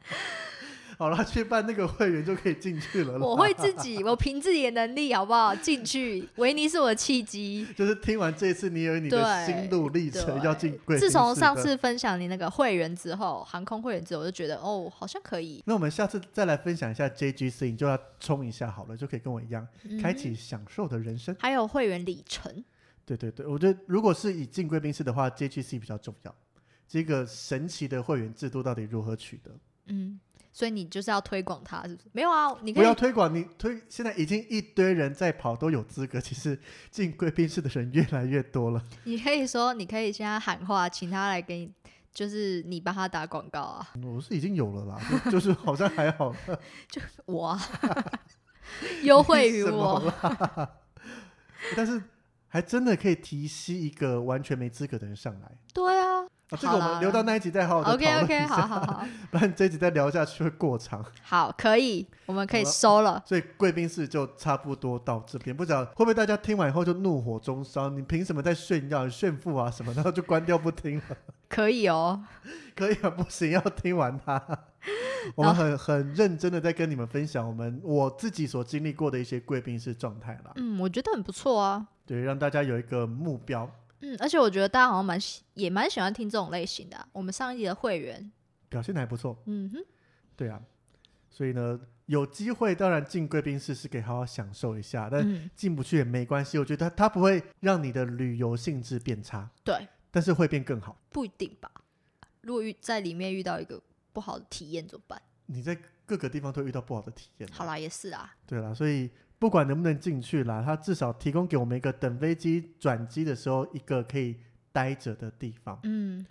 [SPEAKER 2] 好了，去办那个会员就可以进去了啦。
[SPEAKER 1] 我会自己，我凭自己的能力好不好进去？维尼是我的契机。
[SPEAKER 2] 就是听完这一次，你有 你的
[SPEAKER 1] 对
[SPEAKER 2] 心路历程要进贵宾
[SPEAKER 1] 对，
[SPEAKER 2] 室
[SPEAKER 1] 自从上
[SPEAKER 2] 的
[SPEAKER 1] 次分享你那个会员之后，航空会员之后，我就觉得哦，好像可以、
[SPEAKER 2] 那我们下次再来分享一下 JGC，你就要冲一下好了，就可以跟我一样
[SPEAKER 1] 嗯
[SPEAKER 2] 开启享受的人生。
[SPEAKER 1] 还有会员里程，
[SPEAKER 2] 对对对，我觉得如果是以进贵宾室的话，JGC 比较重要。这个神奇的会员制度到底如何取得？
[SPEAKER 1] 嗯，所以你就是要推广它，是不是？没有啊，你
[SPEAKER 2] 不
[SPEAKER 1] 可
[SPEAKER 2] 要
[SPEAKER 1] 以
[SPEAKER 2] 推广，你推现在已经一堆人在跑，都有资格。其实进贵宾室的人越来越多了。
[SPEAKER 1] 你可以说，你可以现在喊话，请他来给你，就是你帮他打广告啊，
[SPEAKER 2] 我是已经有了啦，就就是好像还好，
[SPEAKER 1] 我啊优惠于
[SPEAKER 2] 什么
[SPEAKER 1] 我，
[SPEAKER 2] 啦。 但是还真的可以提吸一个完全没资格的人上来。
[SPEAKER 1] 对啊
[SPEAKER 2] 啊，这个我
[SPEAKER 1] 好
[SPEAKER 2] 们
[SPEAKER 1] 啦
[SPEAKER 2] 留到那一集再好好的讨
[SPEAKER 1] ，OK
[SPEAKER 2] 论
[SPEAKER 1] OK，
[SPEAKER 2] 一
[SPEAKER 1] 好
[SPEAKER 2] 下，
[SPEAKER 1] 好好
[SPEAKER 2] 不然这一集再聊下去会过长。
[SPEAKER 1] 好，可以，我们可以
[SPEAKER 2] 好了
[SPEAKER 1] 收了，
[SPEAKER 2] 所以贵宾室就差不多到这边，不知道会不会大家听完以后就怒火中烧？你凭什么在炫耀、炫富啊什么？然后就关掉不听了？
[SPEAKER 1] 可以哦，
[SPEAKER 2] 可以啊，不行，要听完 它。我们很很认真的在跟你们分享我们我自己所经历过的一些贵宾室状态啦，
[SPEAKER 1] 嗯，我觉得很不错啊，
[SPEAKER 2] 对，让大家有一个目标。
[SPEAKER 1] 嗯，而且我觉得大家好像蛮喜，也蛮喜欢听这种类型的啊、我们上一集的会员，
[SPEAKER 2] 表现的还不错，
[SPEAKER 1] 嗯哼，
[SPEAKER 2] 对啊，所以呢，有机会当然进贵宾室是可以好好享受一下，但
[SPEAKER 1] 嗯，
[SPEAKER 2] 进不去也没关系，我觉得它它不会让你的旅游性质变差，
[SPEAKER 1] 对，
[SPEAKER 2] 但是会变更好。
[SPEAKER 1] 不一定吧，如果遇在里面遇到一个不好的体验怎么办？
[SPEAKER 2] 你在各个地方都会遇到不好的体验。
[SPEAKER 1] 好，啦，也是啊，
[SPEAKER 2] 对啦，所以不管能不能进去啦，它至少提供给我们一个等飞机转机的时候一个可以待着的地方。
[SPEAKER 1] 嗯，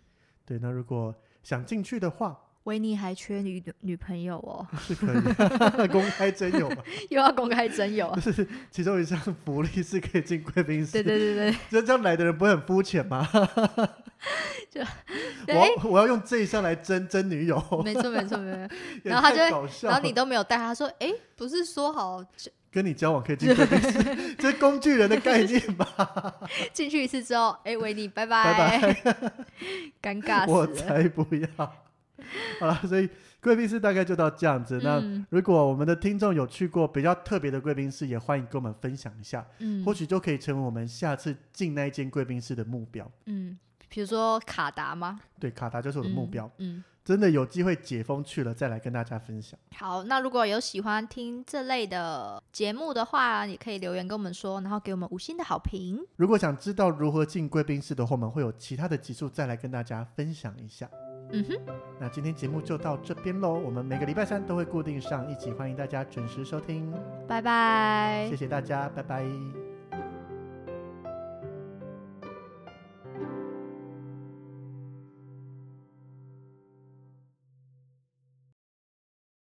[SPEAKER 2] 对，那如果想进去的话，
[SPEAKER 1] 维尼还缺女女朋友哦。
[SPEAKER 2] 是可以 公开征友嘛，
[SPEAKER 1] 又要公开真友啊
[SPEAKER 2] 就！是其中一项福利是可以进贵宾室。
[SPEAKER 1] 对对对对
[SPEAKER 2] 这这样来的人不会很肤浅吗？我
[SPEAKER 1] 对，哎
[SPEAKER 2] 要我要用这一项来争争女 友，
[SPEAKER 1] 没错没错没错。
[SPEAKER 2] 也
[SPEAKER 1] 然后
[SPEAKER 2] 太
[SPEAKER 1] 他就会
[SPEAKER 2] 搞笑
[SPEAKER 1] 然后
[SPEAKER 2] 了
[SPEAKER 1] 你都没有带，他说：“哎，不是说好就
[SPEAKER 2] 跟你交往可以进贵宾室， 这是工具人的概 念吧？
[SPEAKER 1] 进去一次之后，哎、维尼，拜
[SPEAKER 2] 拜
[SPEAKER 1] 拜， 尴尬
[SPEAKER 2] 我
[SPEAKER 1] 死了。
[SPEAKER 2] 才不要。 好了，所以贵宾室大概就到这样子。那
[SPEAKER 1] 嗯
[SPEAKER 2] 如果我们的听众有去过比较特别的贵宾室，也欢迎跟我们分享一下，
[SPEAKER 1] 嗯
[SPEAKER 2] 或许就可以成为我们下次进那一间贵宾室的目标。
[SPEAKER 1] 嗯，比如说卡达吗？
[SPEAKER 2] 对，卡达就是我的目标。
[SPEAKER 1] 嗯。嗯
[SPEAKER 2] 真的有机会解封去了，再来跟大家分享。
[SPEAKER 1] 好，那如果有喜欢听这类的节目的话，也可以留言跟我们说，然后给我们五星的好评。
[SPEAKER 2] 如果想知道如何进贵宾室的话，我们会有其他的集数再来跟大家分享一下。
[SPEAKER 1] 嗯哼，
[SPEAKER 2] 那今天节目就到这边喽，我们每个礼拜三都会固定上一集，欢迎大家准时收听，
[SPEAKER 1] 拜拜
[SPEAKER 2] 谢。谢大家，拜拜。